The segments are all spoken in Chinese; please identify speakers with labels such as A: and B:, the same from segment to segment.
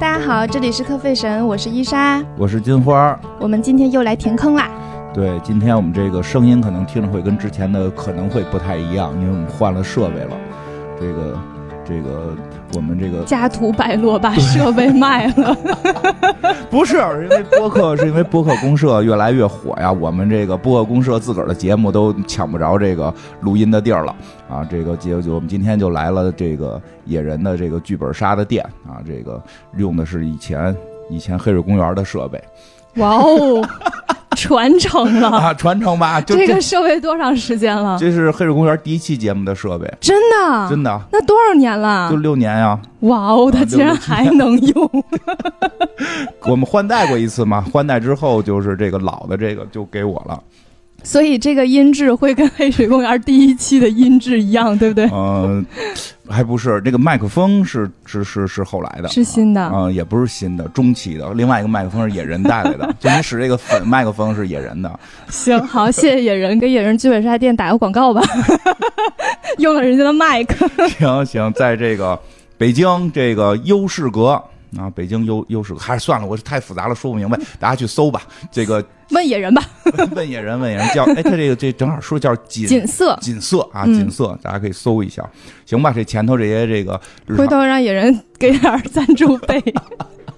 A: 家好，这里是特费神，我是伊莎。
B: 我是金花儿。
A: 我们今天又来填坑啦。
B: 对，今天我们这个声音可能听着会跟之前的可能会不太一样，因为我们换了设备了。这个，这个，我们这个
A: 家徒百落，把设备卖了。
B: 不是，是因为播客，是因为播客公社越来越火呀。我们这个播客公社自个儿的节目都抢不着这个录音的地儿了啊。这个结就我们今天就来了这个野人的这个剧本杀的店啊，这个用的是以前以前黑水公园的设备
A: 哇哦，传承 了。
B: 啊，传承吧，就
A: 这个设备多长时间了？
B: 这是黑水公园第一期节目的设备，
A: 真的？
B: 真的
A: 那多少年了
B: 就？六年呀、
A: 哇哦，它
B: 啊
A: 竟然
B: 六
A: 还能 用！
B: 我们换代过一次嘛，换代之后就是这个老的这个就给我了，
A: 所以这个音质会跟《黑水公园》第一期的音质一样，对不对？
B: 嗯、还不是这个麦克风是是是是后来的，
A: 是啊新的。
B: 嗯、也不是新的，中期的，另外一个麦克风是野人带来的，就你使这个粉麦克风是野人的，
A: 行， 好，谢谢野人，给野人剧本杀店打个广 告吧，用了人家的麦克。
B: 行行，在这个北京这个优势阁啊，北京优优势阁，还是算了，我是太复杂了，说不明白，大家去搜吧，这个
A: 问野人吧，
B: 问野人问野人叫，哎，他这个这正好说叫锦
A: 锦瑟，
B: 锦瑟啊，
A: 嗯
B: 锦瑟，大家可以搜一下，行吧？这前头这些这个日
A: 回
B: 常
A: 头让野人给点儿赞助费。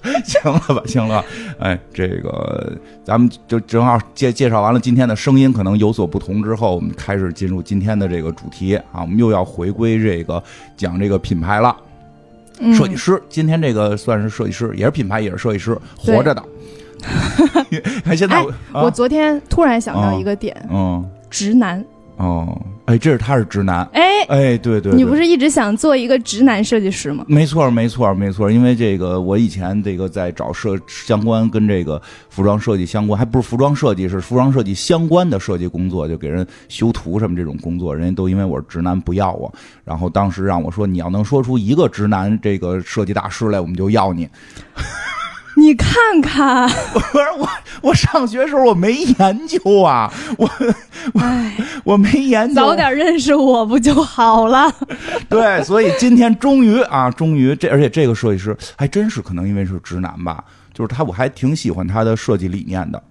B: 行了 吧，行了，哎，这个咱们就正好介介绍完了今天的声音可能有所不同之后，我们开始进入今天的这个主题啊，我们又要回归这个讲这个品牌了。
A: 嗯
B: 设计师，今天这个算是设计师，也是品牌，也是设计师，
A: 对哎
B: 活着的。 看现在我，啊
A: 我昨天突然想到一个点，
B: 嗯
A: 直男。
B: 哦，哎，这是他是直男，
A: 哎，
B: 哎，对对，
A: 你
B: 对
A: 不是一直想做一个直男设计师吗？
B: 没错，没错，没错。因为这个，我以前这个在找设相关跟这个服装设计相关，还不是服装设计，是服装设计相关的设计工作，就给人修图什么这种工作，人家都因为我是直男不要我。然后当时让我说，你要能说出一个直男这个设计大师来，我们就 要你。
A: 你看 看，
B: 我说我我上学时候我没研究啊，我
A: 哎，
B: 我没研究，
A: 早点认识我不就好了？
B: 对，所以今天终于啊，终于这，而且这个设计师还真是可能因为是直男吧，就是他，我还挺喜欢他的设计理念的。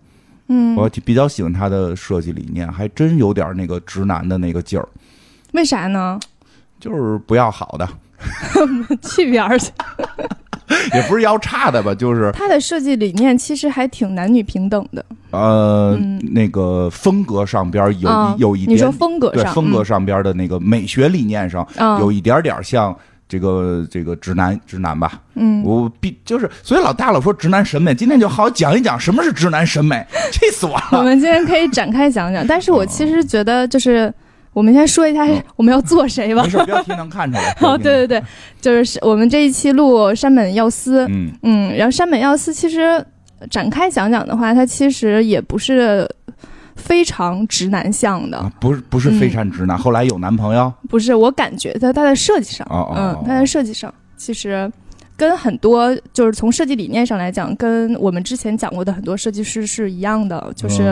A: 嗯，
B: 我挺比较喜欢他的设计理念，还真有点那个直男的那个劲儿，
A: 为啥呢？
B: 就是不要好的，
A: 去边儿去！
B: 也不是要差的吧，就是
A: 他的设计理念其实还挺男女平等的。
B: 呃、那个风格上边儿有一、
A: 啊
B: 有一
A: 嗯
B: 点，
A: 你说风格
B: 对
A: 上，
B: 风格上边儿的那个美学理念上、
A: 嗯
B: 有一点点像。这个这个直男直男吧，
A: 嗯，
B: 我必就是，所以老大老说直男审美，今天就好好讲一讲什么是直男审美， 气死我
A: 我
B: 了。
A: 们今天可以展开讲讲，但是我其实觉得就是，我们先说一下
B: 嗯
A: 我们要做谁吧
B: 没。事，标题能看出来。
A: 哦，
B: 标题
A: 对对
B: 能，
A: 对，就是我们这一期录山本耀司，
B: 嗯，
A: 嗯，然后山本耀司其实展开讲讲的话，他其实也不是非常直男向的，
B: 啊，不是不是非常直
A: 嗯
B: 男，后来有男朋友，
A: 不是我感觉他他在设计上，
B: 哦哦哦
A: 嗯，他在设计上其实。跟很多就是从设计理念上来讲，跟我们之前讲过的很多设计师是一样的，就是、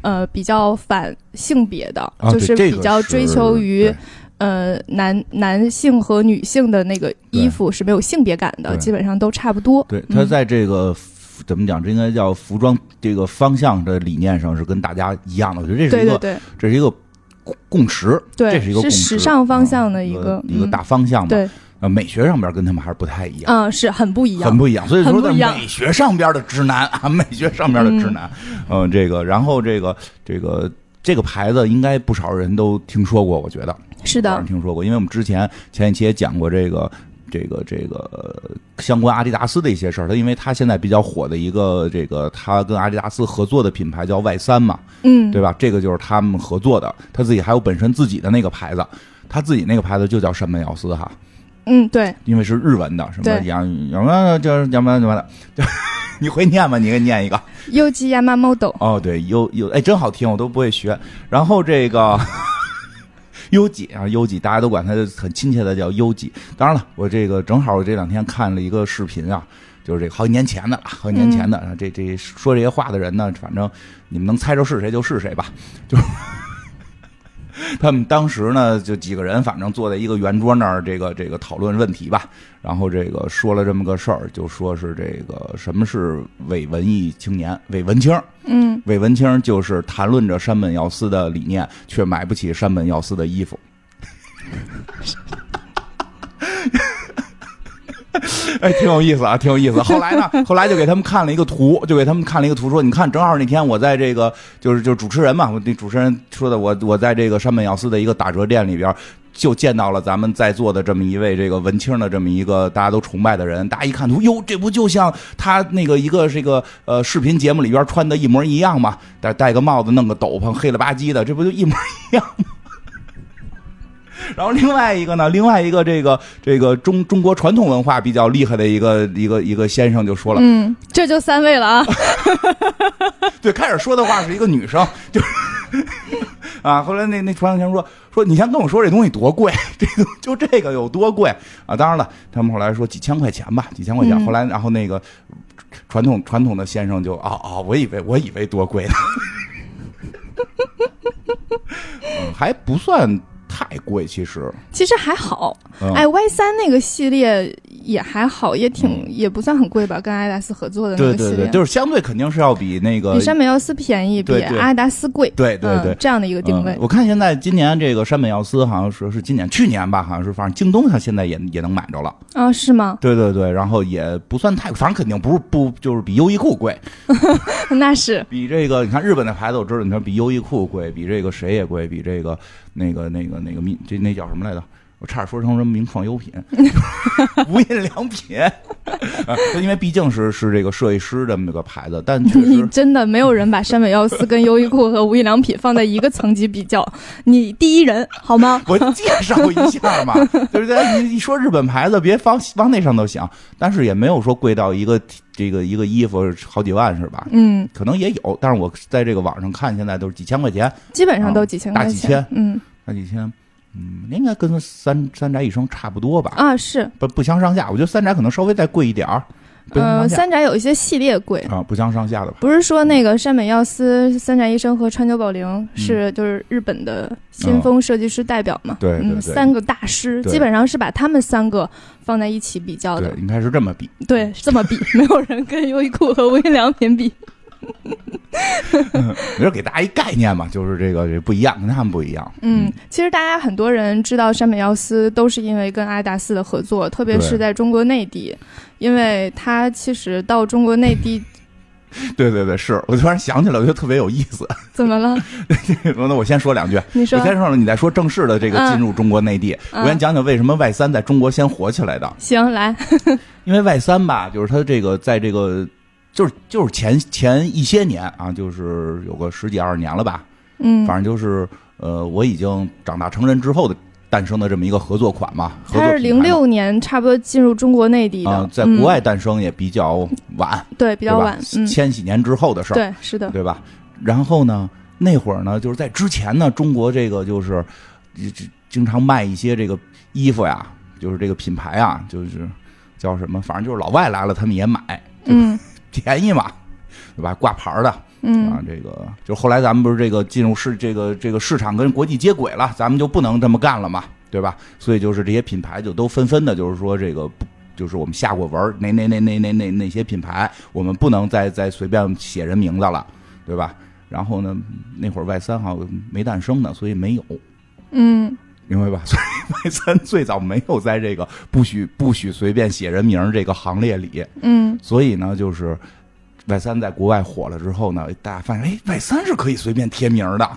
B: 嗯
A: 呃比较反性别的，
B: 啊
A: 就
B: 对
A: 是
B: 这
A: 比
B: 个
A: 较
B: 是
A: 追求于
B: 对
A: 呃男男性和女性的那个衣服是没有性别感的，
B: 对
A: 基本上都差不多。
B: 对，
A: 嗯
B: 他在这个服怎么讲？这应该叫服装这个方向的理念上是跟大家一样的。我觉得这是
A: 对
B: 一
A: 对
B: 个，
A: 对
B: 这是一个共共识，这
A: 对，
B: 是一个共识
A: 时尚方向的
B: 嗯
A: 一
B: 一
A: 个
B: 一个
A: 嗯
B: 大方向嘛。
A: 对，
B: 呃，美学上边跟他们还是不太一样。
A: 嗯，是很不一样，
B: 很不一样，所以说
A: 很不
B: 在
A: 一样
B: 美学上边的直男啊，美学上边的直男，嗯、这个，然后这个这个这个牌子应该不少人都听说过，我觉得
A: 是
B: 当
A: 的
B: 然，听说过，因为我们之前前一期也讲过这个。这个这个呃相关阿迪达斯的一些事儿，它因为它现在比较火的一个这个，它跟阿迪达斯合作的品牌叫 Y 三嘛，
A: 嗯，
B: 对吧？这个就是他们合作的，他自己还有本身自己的那个牌子，他自己那个牌子就叫山本耀司哈，
A: 嗯对，
B: 因为是日文的，什么
A: 对
B: 杨什么就是 什么什么的，你会念吗？你给念一个。
A: 右吉 Yamamoto
B: 哦，对，优优，哎，真好听，我都不会学。然后这个优几啊，优几，大家都管他很亲切的叫优几。当然了，我这个正好我这两天看了一个视频啊，就是这个好几年前的了，好几年前的。这这说这些话的人呢，反正你们能猜着是谁就是谁吧，就是。他们当时呢，就几个人，反正坐在一个圆桌那儿，这个这个讨论问题吧。然后这个说了这么个事儿，就说是这个什么是伪文艺青年、伪文青。
A: 嗯，
B: 伪文青就是谈论着山本耀司的理念，却买不起山本耀司的衣服。哎，挺有意思啊，挺有意 思。后来呢，后来就给他们看了一个图，就给他们看了一个图，说你看，正好那天我在这个就是就是主持人嘛，我那主持人说的我，我在这个山本耀司的一个打折店里边。就见到了咱们在座的这么一位这个文青的这么一个大家都崇拜的人，大家一看图，哟，这不就像他那个一个这个呃视频节目里边穿的一模一样吗？戴戴个帽子，弄个斗篷，黑了吧唧的，这不就一模一样吗？然后另外一个呢，另外一个这个这个中中国传统文化比较厉害的一个一个一个先生就说了，
A: 嗯，这就三位了 啊。
B: 对，开始说的话是一个女生，就是 啊，后来那那传销先生说说你先跟我说这东西多贵， 这东就这个有多贵啊？当然了，他们后来说几千块钱吧，几千块钱。
A: 嗯
B: 后来然后那个传统传统的先生就啊啊，我以为我以为多贵呢， 嗯还不算太贵，其实。
A: 其实还好，
B: 嗯、
A: 哎，Y 三那个系列也还好，也挺、也不算很贵吧，跟阿迪达斯合作的那
B: 对
A: 个系列，
B: 嗯对对，就是相对肯定是要比那个
A: 比山本耀司便宜，比
B: 对对
A: 阿迪达斯贵，
B: 对对对
A: 嗯，这样的一个定位
B: 嗯。我看现在今年这个山本耀司好像是是今年去年吧，好像是反正京东上现在也也能买着了。
A: 啊，是吗？
B: 对对对，然后也不算太，反正肯定不是不就是比优衣库贵，
A: 那是，
B: 比这个你看日本的牌子我知道，你看比优衣库贵，比这个谁也贵，比这个那个那个那个名这那叫什么来着？我差点说成什么名创 优品，无印良品， 啊因为毕竟是是这个设计师这么个牌子，但确
A: 你
B: 实
A: 真的没有人把山本耀司跟优衣库和无印良品放在一个层级比较，你第一人好吗？
B: 我介绍一下 嘛，对不对？你一说日本牌子，别往往那上头想，但是也没有说贵到一个这个一个衣服好几万是吧？
A: 嗯，
B: 可能也有，但是我在这个网上看，现在都是几千块钱，
A: 基本上都几千
B: 啊大
A: 块钱，
B: 几千
A: 嗯
B: 那几千，嗯，应该跟三三宅一生差不多吧，
A: 啊是，
B: 不不相上下。我觉得三宅可能稍微再贵一点儿，不
A: 呃，
B: 相上
A: 三宅有一些系列贵，
B: 下啊，不相上下的吧。
A: 不是说那个山本耀司、三宅一生和川久保
B: 嗯
A: 玲是就是日本的先锋设计师代表嘛？
B: 对对对
A: 嗯，三个大师
B: 对
A: 基本上是把他们三个放在一起比较
B: 对
A: 的，，
B: 应该是这么比。
A: 对，这么比 没有人跟优衣库和无印良品比。
B: 没准给大家一概念嘛，就是这个这不一样，跟他们不一样。
A: 嗯，其实大家很多人知道山本耀司，都是因为跟阿迪达斯的合作，特别
B: 对
A: 是在中国内地，因为他其实到中国内地
B: 嗯，对对对，是我突然想起来，我觉得特别有意思。
A: 怎么了？
B: 那我先说两句，啊
A: 你
B: 我
A: 说
B: 先说了，你再说正式的这个进入中国内地，
A: 嗯
B: 我先讲讲为什么 Y 三在中国先火起来的。
A: 行来，
B: 因为 Y 三吧，就是它这个在这个就是就是前前一些年啊，就是有个十几二十年了吧，
A: 嗯
B: 反，正就是呃，我已经长大成人之后的诞生的这么一个合作款嘛。合作
A: 他是
B: 品牌
A: 零
B: 嘛
A: 六年差不多进入中国内地的，
B: 啊、在国外
A: 嗯、
B: 诞生也比较晚，
A: 对比
B: 比
A: 较晚，嗯，
B: 千禧年之后的事儿，
A: 对，是的，
B: 啊对吧？然后呢，那会儿呢，就是在之前呢，中国这个就是这这经常卖一些这个衣服呀，就是这个品牌啊，就是叫什么，反正就是老外来了，他们也买，
A: 嗯
B: 便宜嘛，对吧？挂牌儿的啊
A: 嗯，，
B: 这个就是后来咱们不是这个进入市这个这个市场跟国际接轨了，咱们就不能这么干了嘛，对吧？所以就是这些品牌就都纷纷的，就是说这个不。就是我们下过文儿，哪哪哪哪哪哪哪些品牌，我们不能再再随便写人名字了，对吧？然后呢，那会儿 Y 三号没诞生呢，所以没有，
A: 嗯，
B: 明白吧？ 所以 Y 三最早没有在这个不许不许随便写人名儿这个行列里，
A: 嗯，
B: 所以呢，就是外三在国外火了之后呢，大家发现，哎，外三是可以随便贴 名儿的。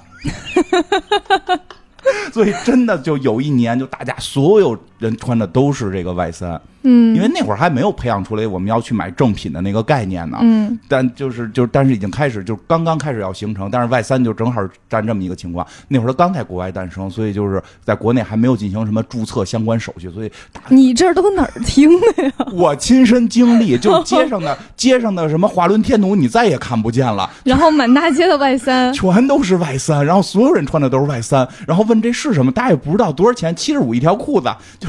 B: 所以真的就有一年，就大家所有人穿的都是这个外三，
A: 嗯，
B: 因为那会儿还没有培养出来我们要去买正品的那个概念呢。
A: 嗯，
B: 但就是就是，但是已经开始，就是刚刚开始要形成，但是 Y 三就正好占这么一个情况。那会儿它刚在国外诞生，所以就是在国内还没有进行什么注册相关手续，所以
A: 你这都哪儿听的 呀？
B: 我亲身经历，就是街 上的街上的什么华伦天奴，你再也看不见了，
A: 然后满大街的外三，
B: 全都是外三，然后所有人穿的都是外三，然后问这是什么，大家也不知道多少钱，七十五一条裤子，就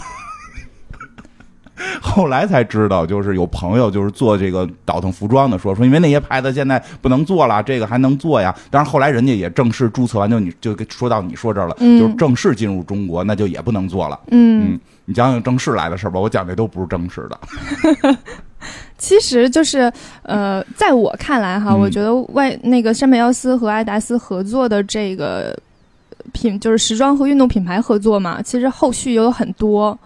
B: 后来才知道，就是有朋友就是做这个倒腾服装的说说，因为那些牌子现在不能做了，这个还能做呀。当然后来人家也正式注册完，就你就跟说到你说这儿了，
A: 嗯
B: 就是正式进入中国，那就也不能做了。
A: 嗯，
B: 嗯你讲讲正式来的事儿吧，我讲的都不是正式的。
A: 其实就是呃，在我看来哈，
B: 嗯
A: 我觉得外那个山本耀司和阿迪达斯合作的这个品，就是时装和运动品牌合作嘛，其实后续也有很多。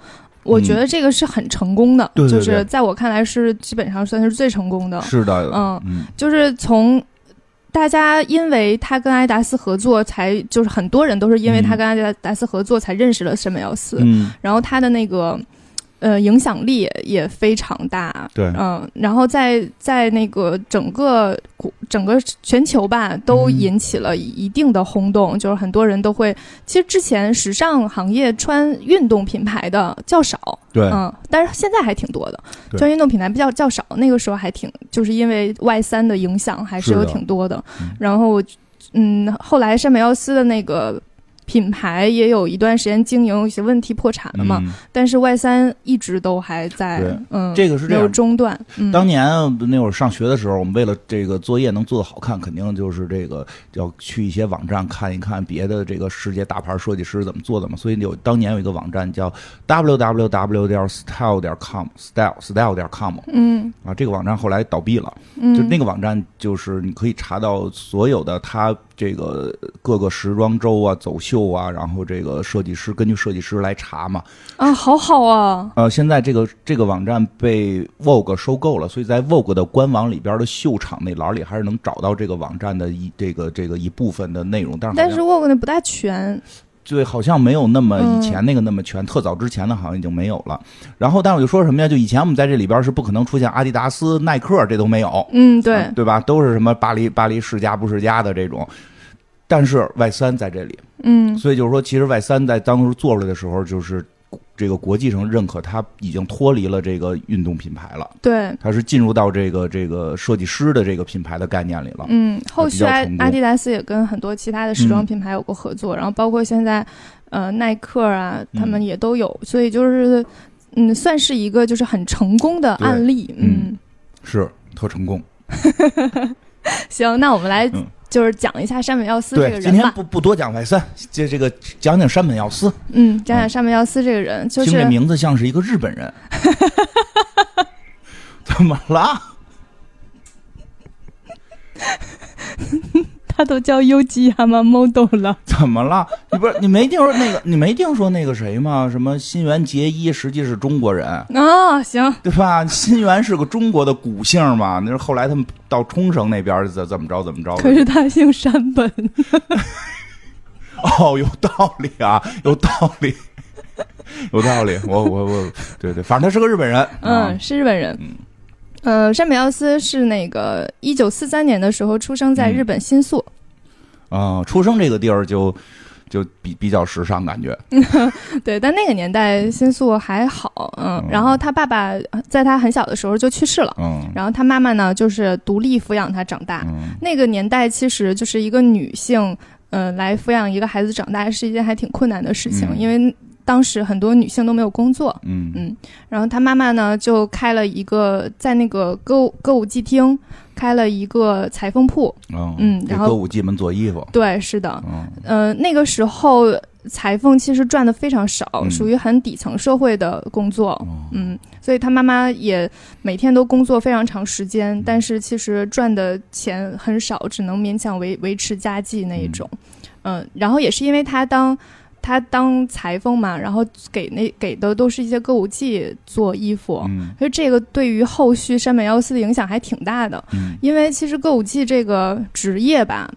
A: 我觉得这个是很成功的，
B: 嗯对对
A: 就
B: 对
A: 是在我看来是基本上算是最成功的。
B: 是的，
A: 嗯
B: 嗯
A: 就是从大家因为他跟阿迪达斯合作才，就是很多人都是因为他跟阿迪达斯合作才认识了山本耀司，
B: 嗯，
A: 然后他的那个呃影响力也非常大。
B: 对，
A: 嗯，然后在在那个整个国整个全球吧，都
B: 嗯
A: 引起了一定的轰动，就是很多人都会。其实之前时尚行业穿运动品牌的较少，
B: 对，
A: 嗯，但是现在还挺多的，
B: 对
A: 专业运动品牌比较较少。那个时候还挺，就是因为 Y 三的影响还是
B: 是的
A: 有挺多的。
B: 嗯
A: 然后，嗯，后来山本耀司的那个品牌也有一段时间经营有些问题破产了嘛，
B: 嗯
A: 但是 Y 三一直都还在
B: 对，
A: 嗯，
B: 这个是这
A: 没有
B: 样。
A: 中断。嗯，
B: 当年那会儿上学的时候，我们为了这个作业能做得好看，肯定就是这个要去一些网站看一看别的这个世界大牌设计师怎么做的嘛。所以有当年有一个网站叫 www 点 style 点 com style style 点 com
A: 嗯
B: 啊，这个网站后来倒闭了。
A: 嗯，
B: 就那个网站，就是你可以查到所有的它这个各个时装周啊、走秀啊，然后这个设计师根据设计师来查嘛。
A: 啊，好好啊，
B: 呃，现在这个这个网站被 Vogue 收购了，所以在 Vogue 的官网里边的秀场那栏里还是能找到这个网站的一这个这个一部分的内容，但是好
A: 但
B: 像
A: 是 Vogue 那不大全。
B: 对，好像没有那么
A: 嗯
B: 以前那个那么全，特早之前的好像已经没有了。然后，但是我就说什么呀？就以前我们在这里边是不可能出现阿迪达斯、耐克这都没有，
A: 嗯，对，
B: 啊对吧？都是什么巴黎巴黎世家不世家的这种。但是 Y 三在这里，
A: 嗯
B: 所以就是说，其实 Y 三在当时做出来的时候，就是这个国际上认可它已经脱离了这个运动品牌了，
A: 对。
B: 它是进入到这个这个设计师的这个品牌的概念里了。
A: 嗯，后续阿
B: 啊比较成功嗯
A: 阿迪达斯也跟很多其他的时装品牌有过合作，然后包括现在，呃，耐克啊，
B: 嗯
A: 他们也都有，所以就是，嗯，算是一个就是很成功的案例。嗯
B: 嗯，是特成功。
A: 行，那我们来
B: 嗯
A: 就是讲一下山本耀司这个
B: 对，今
A: 人
B: 天
A: 吧。
B: 不不多讲 Y 三，这这个讲讲山本耀司，
A: 嗯，讲讲山本耀司这个人， 就
B: 听这
A: 是
B: 名字像是一个日本人。 怎么了？
A: 他都叫 U G y a m a m o d o 了。
B: 怎么了？你不是你没听说那个你没听说那个谁吗？什么新垣结衣实际是中国人，
A: 啊、行，
B: 对吧？新垣是个中国的古姓嘛，那是后来他们到冲绳那边怎怎么着怎么着的。
A: 可是他姓山本。
B: 哦， 有道理啊，有道理，有道理。我我我，对对，反正他是个日本人。
A: 嗯，，是日本人。
B: 嗯
A: 呃，山本耀司是那个一九四三年的时候出生在
B: 嗯
A: 日本新宿，
B: 啊、出生这个地儿就就比比较时尚，感觉。
A: 对，但那个年代新宿还好，嗯，
B: 嗯
A: 然后他爸爸在他很小的时候就去世了，
B: 嗯
A: 然后他妈妈呢就是独立抚养他长大。
B: 嗯，
A: 那个年代其实就是一个女性，呃，来抚养一个孩子长大是一件还挺困难的事情，
B: 嗯
A: 因为当时很多女性都没有工作，
B: 嗯
A: 然后他妈妈呢就开了一个在那个歌舞歌舞伎町开了一个裁缝铺，
B: 嗯
A: 嗯
B: 给
A: 然后
B: 歌舞伎们做衣服。
A: 对，是的，
B: 嗯
A: 呃，那个时候裁缝其实赚的非常少，
B: 嗯
A: 属于很底层社会的工作。
B: 哦
A: 嗯，所以他妈妈也每天都工作非常长时间，但是其实赚的钱很少，只能勉强维维持家计那一种。嗯、然后也是因为他当他当裁缝嘛，然后给那给的都是一些歌舞伎做衣服，
B: 嗯
A: 所以这个对于后续山本耀司的影响还挺大的。
B: 嗯
A: 因为其实歌舞伎这个职业吧，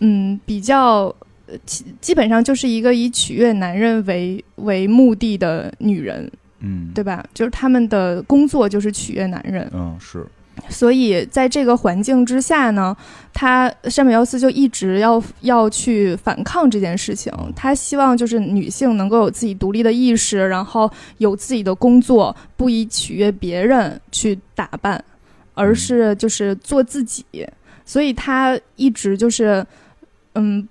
A: 嗯，比较呃基基本上就是一个以取悦男人为为目的的女人，
B: 嗯，
A: 对吧？就是他们的工作就是取悦男人，
B: 嗯是。
A: 所以在这个环境之下呢，他山本耀司就一直要要去反抗这件事情。他希望就是女性能够有自己独立的意识，然后有自己的工作，不以取悦别人去打扮，而是就是做自己。所以他一直就是，嗯，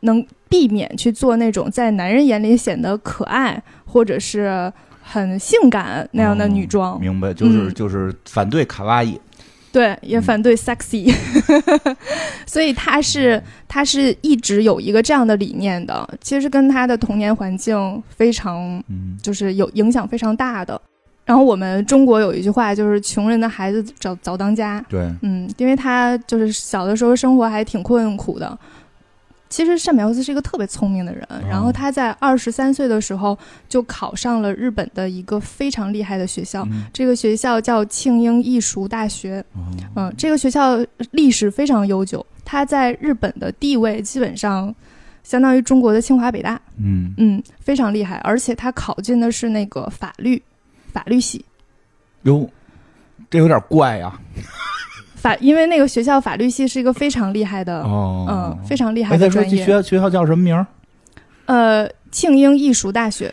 A: 能避免去做那种在男人眼里显得可爱或者是很性感那样的女装。
B: 明白，就是、
A: 嗯
B: 就是反对卡哇伊，
A: 对，也反对 sexy，、所以他是他是一直有一个这样的理念的，其实跟他的童年环境非常
B: 嗯，
A: 就是有影响非常大的。然后我们中国有一句话就是“穷人的孩子早早当家
B: 对”，，
A: 嗯，因为他就是小的时候生活还挺困苦的。其实单苗子是一个特别聪明的人，然后他在二十三岁的时候就考上了日本的一个非常厉害的学校，
B: 嗯
A: 这个学校叫庆应艺术大学。
B: 哦
A: 嗯，这个学校历史非常悠久，它在日本的地位基本上相当于中国的清华北大，
B: 嗯，
A: 嗯，非常厉害。而且它考进的是那个法律，法律系
B: 哟，这有点怪啊呀，
A: 法，因为那个学校法律系是一个非常厉害的，
B: 哦
A: 嗯，，非常厉害
B: 哎，
A: 的
B: 再说
A: 专
B: 这学
A: 业。
B: 校学校叫什么名儿？
A: 呃，庆应艺术大学，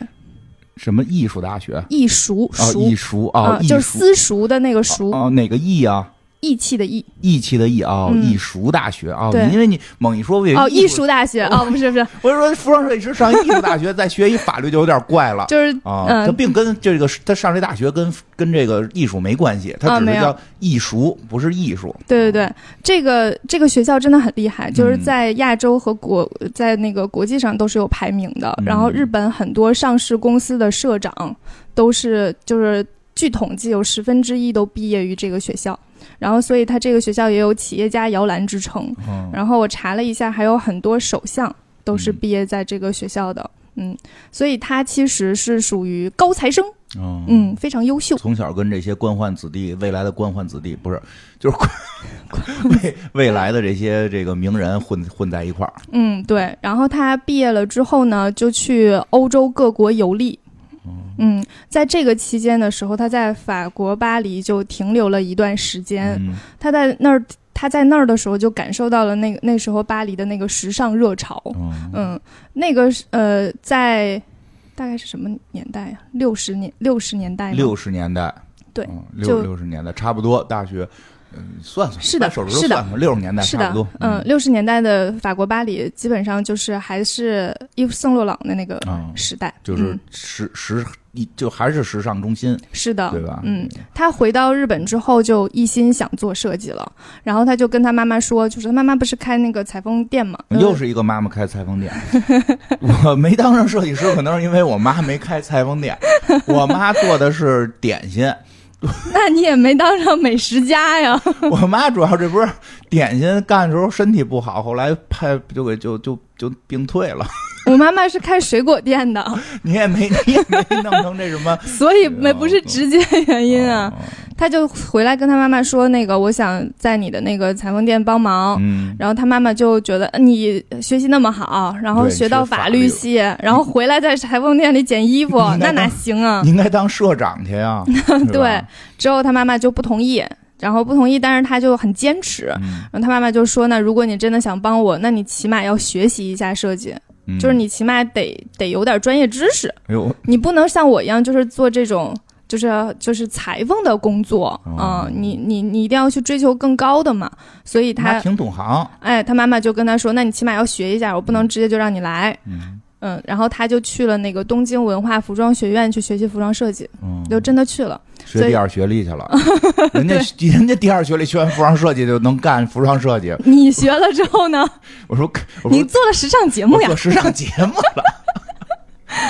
B: 什么艺术大学？
A: 艺术
B: 哦，
A: 熟
B: 艺术
A: 啊
B: 啊，，艺
A: 就是
B: 术
A: 私塾的那个塾，
B: 哦，哪个艺啊？
A: 义气的 义。
B: 义气的义啊，
A: 嗯
B: 艺术大学啊，
A: 对
B: 因为你猛一说，我以为
A: 哦，艺，术大 学哦，不是不是，
B: 我就说服装设计师上艺术大学，再学一法律就有点怪了。
A: 就是
B: 啊，
A: 嗯
B: 它并跟这个他上这大学跟跟这个艺术没关系，它
A: 啊
B: 只
A: 没
B: 是
A: 有
B: 叫艺术，不是艺术。
A: 对对对，这个这个学校真的很厉害，就是
B: 嗯
A: 在亚洲和国在那个国际上都是有排名的。
B: 嗯
A: 然后日本很多上市公司的社长都是就是据统计有十分之一都毕业于这个学校，然后所以他这个学校也有企业家摇篮之称。
B: 嗯
A: 然后我查了一下，还有很多首相都是
B: 嗯
A: 毕业在这个学校的。嗯，所以他其实是属于高材生，
B: 嗯
A: 嗯，，非常优秀。
B: 从小跟这些官宦子弟，未来的官宦子弟不是， 就是 未未来的这些这个名人混混在一块儿。
A: 嗯，对。然后他毕业了之后呢，就去欧洲各国游历。嗯，在这个期间的时候，他在法国巴黎就停留了一段时间。
B: 嗯
A: 他在那儿，他在那儿的时候就感受到了那个那时候巴黎的那个时尚热潮。
B: 嗯
A: 嗯，那个是呃，在大概是什么年代呀、6六十年六十年代吗？
B: 六十年代，
A: 对
B: 嗯，
A: 就
B: 六六十年代差不多。大学，嗯，算算，
A: 是的
B: 掰手指头
A: 是的
B: 算算，六十年代
A: 是
B: 差
A: 的
B: 不多，。
A: 嗯，六十年代的法国巴黎基本上就是还是伊夫圣洛朗的那个
B: 嗯
A: 时代，
B: 就是
A: 嗯
B: 时时一就还是时尚中心，
A: 是的，
B: 对吧？
A: 嗯，他回到日本之后就一心想做设计了，然后他就跟他妈妈说，就是他妈妈不是开那个裁缝店嘛，
B: 哦又是一个妈妈开裁缝店， 我没当上设计师，可能是因为我妈没开裁缝店，我妈做的是点心，
A: 嗯 那你也没当上美食家呀？
B: 我妈主要这不是点心干的时候身体不好，后来派就给就就就病退了，
A: 我妈妈是开水果店 的，
B: 你也没你也没弄成这什么
A: 所以没不是直接原 因
B: 哦
A: 啊。，他就回来跟他妈妈说，那个我想在你的那个裁缝店帮忙。
B: 嗯，
A: 然后他妈妈就觉得呃你学习那么好，然后
B: 对
A: 学到
B: 学法
A: 法
B: 律
A: 律系，然后回来在裁缝店里剪衣服
B: 你，
A: 那
B: 那
A: 哪
B: 当
A: 行啊？
B: 你应该当社长 去呀，是吧
A: 对，之后他妈妈就不同意，然后不同意，但是他就很坚持。
B: 嗯
A: 然后他妈妈就说呢，如果你真的想帮我，那你起码要学习一下设计，
B: 嗯
A: 就是你起码得得有点专业知识，
B: 哎呦，
A: 你不能像我一样就是做这种就是就是裁缝的工作
B: 哦
A: 啊、嗯你你你一定要去追求更高的嘛。所以
B: 妈
A: 他
B: 挺懂行，
A: 哎，他妈妈就跟他说，那你起码要学一下，我不能直接就让你来。
B: 嗯
A: 嗯，然后他就去了那个东京文化服装学院去学习服装设计，
B: 嗯，
A: 就真的去了。
B: 学第二学历 去了，人家人家第二学历学完服装设计就能干服装设计。
A: 你学了之后呢？
B: 我说我
A: 你
B: 说
A: 做了时尚节目
B: 我
A: 呀
B: 做，时尚节目 了，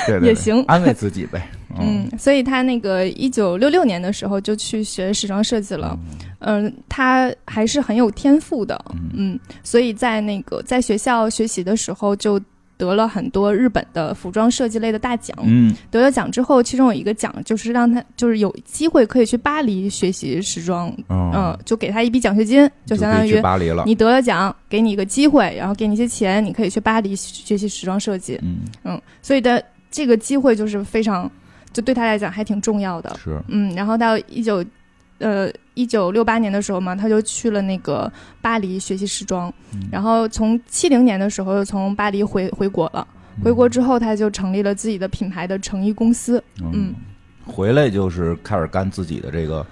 B: 对对对
A: 也行
B: 安慰自己呗。嗯
A: 嗯，所以他那个一九六六年的时候就去学时装设计了，嗯、他还是很有天赋的，嗯，所以在那个在学校学习的时候就得了很多日本的服装设计类的大奖，
B: 嗯
A: 得了奖之后，其中有一个奖就是让他就是有机会可以去巴黎学习时装，嗯、
B: 嗯，
A: 就给他一笔奖学金，就相当
B: 可以去
A: 于
B: 巴黎了。
A: 你得了奖，给你一个机会，然后给你一些钱，你可以去巴黎学习时装设计，
B: 嗯，
A: 嗯，所以的这个机会就是非常，就对他来讲还挺重要的。
B: 是
A: 嗯，然后到一九，呃，一九六八年的时候嘛，他就去了那个巴黎学习时装，
B: 嗯
A: 然后从七零年的时候又从巴黎回回国了。
B: 嗯
A: 回国之后，他就成立了自己的品牌的成衣公司。
B: 嗯，回来就是开始干自己的这个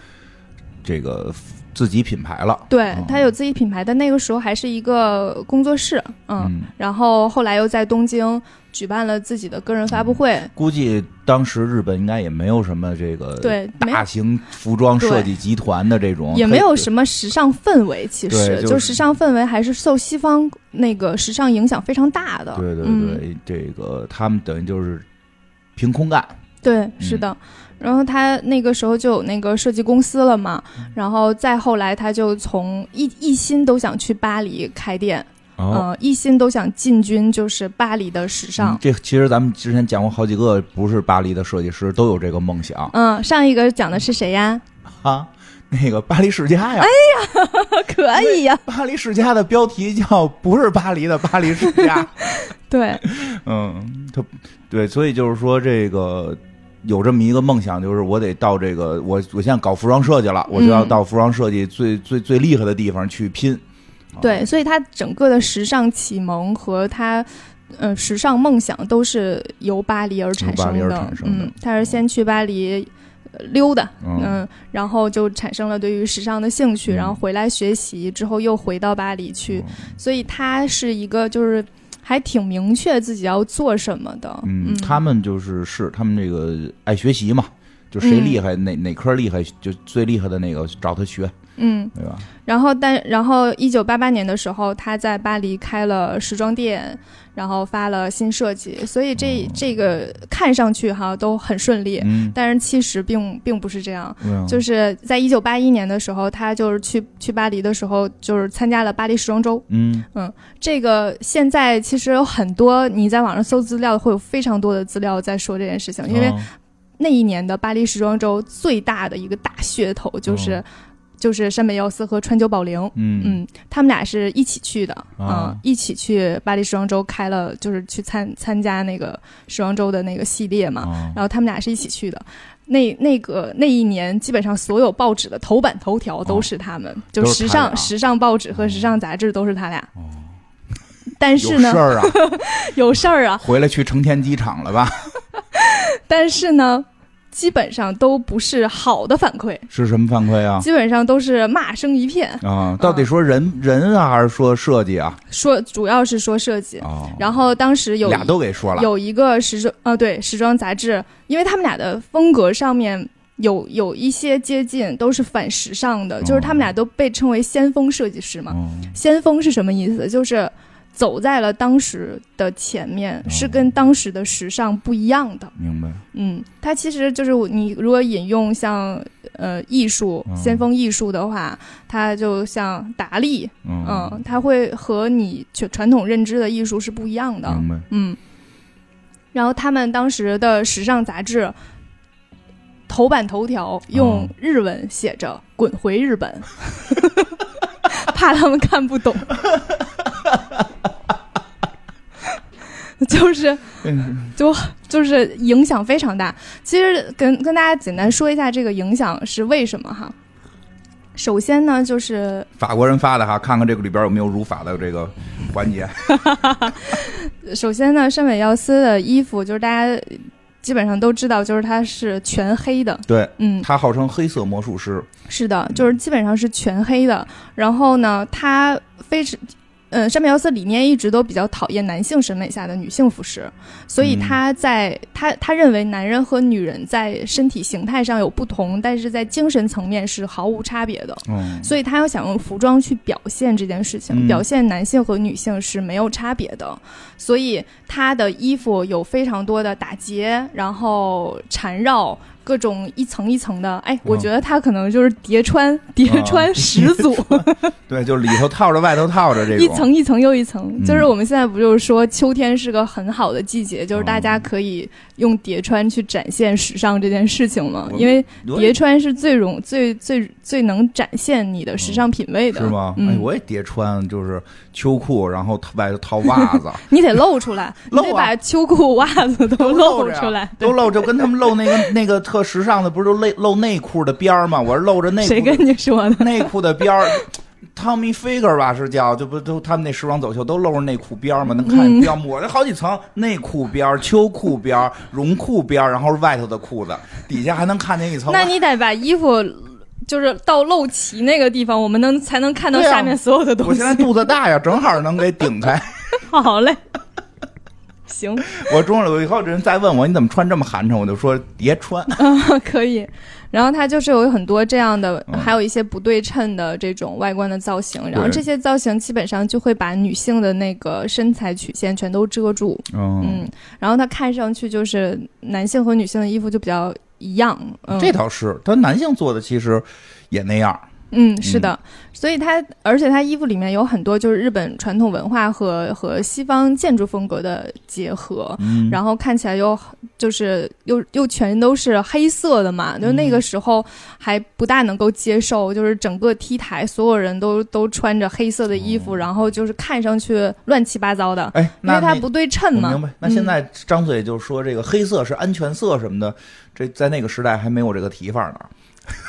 B: 这个自己品牌了。
A: 对
B: 嗯
A: 他有自己品牌，但那个时候还是一个工作室，嗯，
B: 嗯，
A: 然后后来又在东京举办了自己的个人发布会，
B: 估计当时日本应该也没有什么这个
A: 对，没有
B: 大型服装设计集团的这种，
A: 也没有
B: 么。
A: 什么时尚氛围，其
B: 对
A: 实
B: 就是
A: 就时尚氛围还是受西方那个时尚影响非常大的，
B: 对对
A: 嗯、
B: 对，这个他们等于就是凭空干，
A: 对，是
B: 嗯
A: 的。然后他那个时候就有那个设计公司了嘛，
B: 嗯
A: 然后再后来他就从一一心都想去巴黎开店，嗯、
B: 哦
A: 一心都想进军就是巴黎的时尚。
B: 这其实咱们之前讲过好几个，不是巴黎的设计师都有这个梦想
A: 嗯，上一个讲的是谁呀？
B: 啊。那个巴黎世家
A: 哎
B: 呀，
A: 可以呀、
B: 巴黎世家的标题叫不是巴黎的巴黎世家，
A: 对，
B: 嗯，他对，所以就是说这个。有这么一个梦想，就是我得到这个，我我现在搞服装设计了，我就要
A: 嗯
B: 到服装设计最、最最厉害的地方去拼。啊
A: 对，所以他整个的时尚启蒙和他。呃，时尚梦想都是由巴黎而产生
B: 由巴黎而
A: 的。
B: 产生的
A: 嗯，他是先去巴黎呃溜达，
B: 嗯
A: 然后就产生了对于时尚的兴趣，
B: 嗯
A: 然后回来学习之后又回到巴黎去，所以他是一个就是还挺明确自己要做什么的。
B: 嗯，他们就是是他们这个爱学习嘛，就谁
A: 嗯
B: 厉害、哪哪科厉害就最厉害的那个找他学，
A: 嗯，
B: 对吧？
A: 然后但然后一九八八年的时候，他在巴黎开了时装店，然后发了新设计，所以这、
B: 哦
A: 这个看上去哈都很顺利，
B: 嗯，
A: 但是其实并并不是这样。
B: 对啊
A: 就是在一九八一年的时候，他就是去去巴黎的时候，就是参加了巴黎时装周。
B: 嗯，
A: 这个现在其实有很多你在网上搜资料，会有非常多的资料在说这件事情，因为
B: 哦
A: 那一年的巴黎时装周最大的一个大噱头就是、
B: 哦
A: 就是山本耀司和川久保玲。
B: 嗯
A: 嗯，他们俩是一起去的，
B: 啊
A: 嗯，一起去巴黎时装周开了，就是去参参加那个时装周的那个系列嘛。
B: 啊
A: 然后他们俩是一起去的，那那个那一年，基本上所有报纸的头版头条都是他们，就
B: 啊都
A: 时
B: 是他俩啊
A: 尚时尚报纸和时尚杂志都是他俩。
B: 哦
A: 但
B: 有
A: 是
B: 事
A: 呢，
B: 儿啊，
A: 有事儿啊，
B: 回来去成田机场了吧？
A: 但是呢，基本上都不是好的反馈，
B: 是什么反馈啊？
A: 基本上都是骂声一片，
B: 啊，到底说人、人啊，还是说设计啊？
A: 说主要是说设计。
B: 哦，
A: 然后当时有
B: 俩都给说了，
A: 有一个时装，呃，对，时装杂志，因为他们俩的风格上面有有一些接近，都是反时尚
B: 哦
A: 的，就是他们俩都被称为先锋设计师嘛。
B: 嗯
A: 先锋是什么意思？就是走在了当时的前面，
B: 哦
A: 是跟当时的时尚不一样的。
B: 明白，
A: 嗯，它其实就是我你如果引用像呃艺术
B: 嗯
A: 先锋艺术的话，它就像达利，
B: 嗯，
A: 嗯，它会和你传传统认知的艺术是不一样的。
B: 明白，
A: 嗯，然后他们当时的时尚杂志头版头条用日文写着“滚回日本”， 怕他们看不懂。就是
B: 嗯
A: 就是影响非常大。其实跟跟大家简单说一下这个影响是为什么哈。首先呢，就是
B: 法国人发的哈，看看这个里边有没有辱法的这个环节。
A: 首先呢，山本耀司的衣服就是大家基本上都知道，就是它是全黑的，
B: 对
A: 嗯，
B: 他号称黑色魔术师，
A: 是的，就是基本上是全黑的。然后呢，他非常，嗯，山本耀司理念一直都比较讨厌男性审美下的女性服饰，所以
B: 嗯
A: 他在、他他认为男人和女人在身体形态上有不同，但是在精神层面是毫无差别的。
B: 嗯，
A: 所以他要想用服装去表现这件事情，
B: 嗯
A: 表现男性和女性是没有差别的，所以他的衣服有非常多的打结，然后缠绕。各种一层一层的，
B: 嗯
A: 哎，我觉得他可能就是叠穿、叠 穿始祖，
B: 啊对，就是里头套着，外头套着这种
A: 一层一层又一层。
B: 嗯
A: 就是我们现在不就是说秋天是个很好的季节，就是大家可以用叠穿去展现时尚这件事情吗？
B: 我
A: 因为
B: 我也
A: 叠穿是最容最最最能展现你的时尚品味的，
B: 是吗？
A: 嗯、
B: 哎，我也叠穿，就是秋裤，然后外头套袜子，
A: 你得露出来，
B: 露啊
A: 你得把秋裤、袜子 都露
B: 着啊呀
A: 出来。
B: 都露着，跟他们露那个那个特时尚的，不是都露露内裤的边儿吗？我是露着内
A: 谁
B: 裤
A: 跟
B: 的
A: 你说的？
B: 内裤的边儿。Tommy Figer 吧是叫，这不都他们那时装走秀都露着内裤边儿吗？能看
A: 嗯
B: 见标吗？我这好几层，内裤边儿、秋裤边儿、啊绒裤边儿，然后是外头的裤子，底下还能看见一层。
A: 那你得把衣服就是到露脐那个地方，我们能才能看到
B: 对啊
A: 下面所有的
B: 我
A: 东西
B: 现。在肚子大呀，正好能给顶开。
A: 好嘞，行，
B: 我中了以后，人再问我你怎么穿这么寒碜，我就说别穿。
A: 可以。然后它就是有很多这样的，
B: 嗯
A: 还有一些不对称的这种外观的造型，然后
B: 对
A: 这些造型基本上就会把女性的那个身材曲线全都遮住。
B: 嗯，
A: 嗯，然后它看上去就是男性和女性的衣服就比较一样，嗯，
B: 这倒是，但男性做的其实也那样。
A: 嗯是的，所以它而且它衣服里面有很多就是日本传统文化和和西方建筑风格的结合。
B: 嗯，
A: 然后看起来又就是又又全都是黑色的
B: 嗯
A: 嘛，就是那个时候还不大能够接受，就是整个 T 台所有人都都穿着黑色的衣服，然后就是看上去乱七八糟的，
B: 哎，
A: 因
B: 哦那
A: 为它
B: 那
A: 不对称
B: 我
A: 嘛。嗯
B: 明白。那现在张嘴就说这个黑色是安全色什么的，这在那个时代还没有这个提法呢。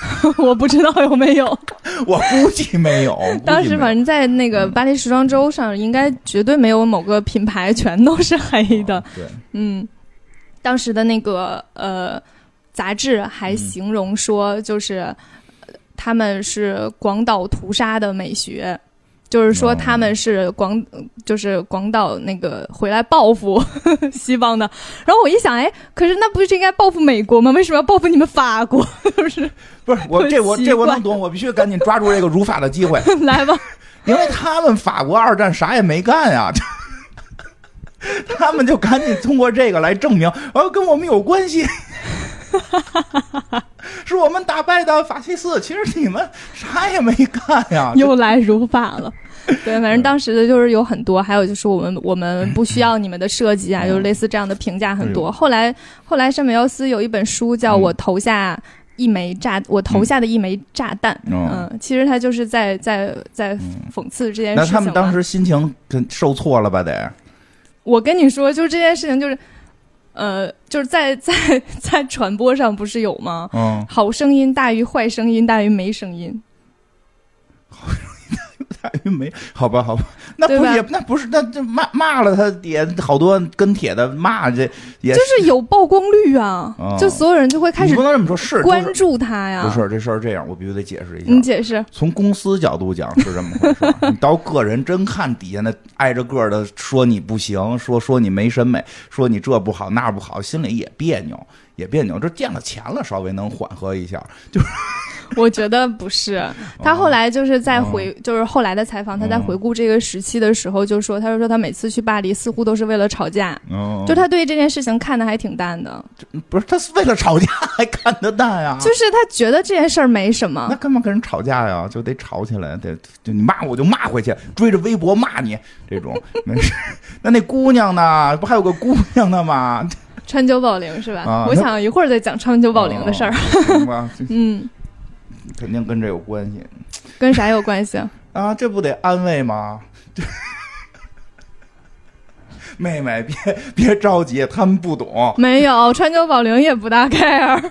A: 我不知道有没有，
B: 我估计没 有，估计
A: 当时
B: 没有
A: 反正在那个巴黎时装周上，应该绝对没有某个品牌全都是黑的。
B: 啊对，
A: 嗯，当时的那个呃杂志还形容说，就是、呃他们是广岛屠杀的美学。就是说，
B: 哦
A: 他们是广，就是广岛那个回来报复 西方的。然后我一想，哎，可是那不是应该报复美国吗？为什么要报复你们法国？ 就是
B: 不是 我这我这我
A: 很奇怪
B: 能懂，我必须赶紧抓住这个如法的机会，
A: 来吧，
B: 因为他们法国二战啥也没干呀。 他们就赶紧通过这个来证明，哦，跟我们有 关系，是我们打败的法西斯。其实你们啥也没干啊呀，
A: 又来如法 了。对，反
B: 嗯
A: 正当时的就是有很多，还有就是我们我们不 需要你们的设计啊，
B: 嗯
A: 就是类似这样的评价很
B: 哎
A: 多。后来后来山本耀司有一本书叫
B: 嗯
A: 我投下一枚炸，我投下的一枚炸弹。
B: 嗯
A: 嗯，其实他就是在在在讽刺这件事
B: 那
A: 情。
B: 他们当，时心情跟受挫了吧？得，
A: 我跟你说，就是这件事情就是，呃，就是在在在传播上不是有吗？
B: 嗯，
A: 好声音大于坏声音大于没声音，
B: 大于没好吧， 好吧，那
A: 对
B: 不
A: 吧
B: 也那不是那这骂骂了他也好多跟帖的骂这也
A: 就是有曝光率啊，
B: 哦
A: 就所有人就会开
B: 你
A: 始
B: 不能这么说，是
A: 关
B: 就是
A: 注他呀。
B: 不是这事儿这样，我必须得解释一
A: 你
B: 下。
A: 解释，
B: 从公司角度讲是这么回事 儿，你到个人真看底下那挨着个儿的说你不行，说说你没审美，说你这不好那不好，心里也别扭，也别扭。这见了钱了，稍微能缓和一下。
A: 我觉得不是。 他后来就是在回，
B: 哦
A: 就是后来的采访，他在
B: 嗯
A: 回顾这个时期的时候就说，他就说他每次去巴黎似乎都是为了吵架，
B: 嗯，
A: 就他对这件事情看的还挺淡
B: 啊
A: 的，
B: 不是他是为了吵架还看得淡啊呀、
A: 就是他觉得这件事儿没什
B: 那
A: 么。
B: 干嘛跟人吵架呀？就得吵起来，得就你骂我就骂回去，追着微博骂你这种。 没事。那那姑娘呢？不还有个姑娘呢吗？
A: 川久保玲是吧？
B: 啊
A: 我
B: 那
A: 想一会儿再讲川久保玲的事儿。
B: 哦，行吧，这
A: 嗯，
B: 肯定跟这有关系
A: 跟啥有关系 啊？
B: 啊！这不得安慰吗？ 这妹妹，别别着急，他们不懂。
A: 没有，川久保玲也不大 care。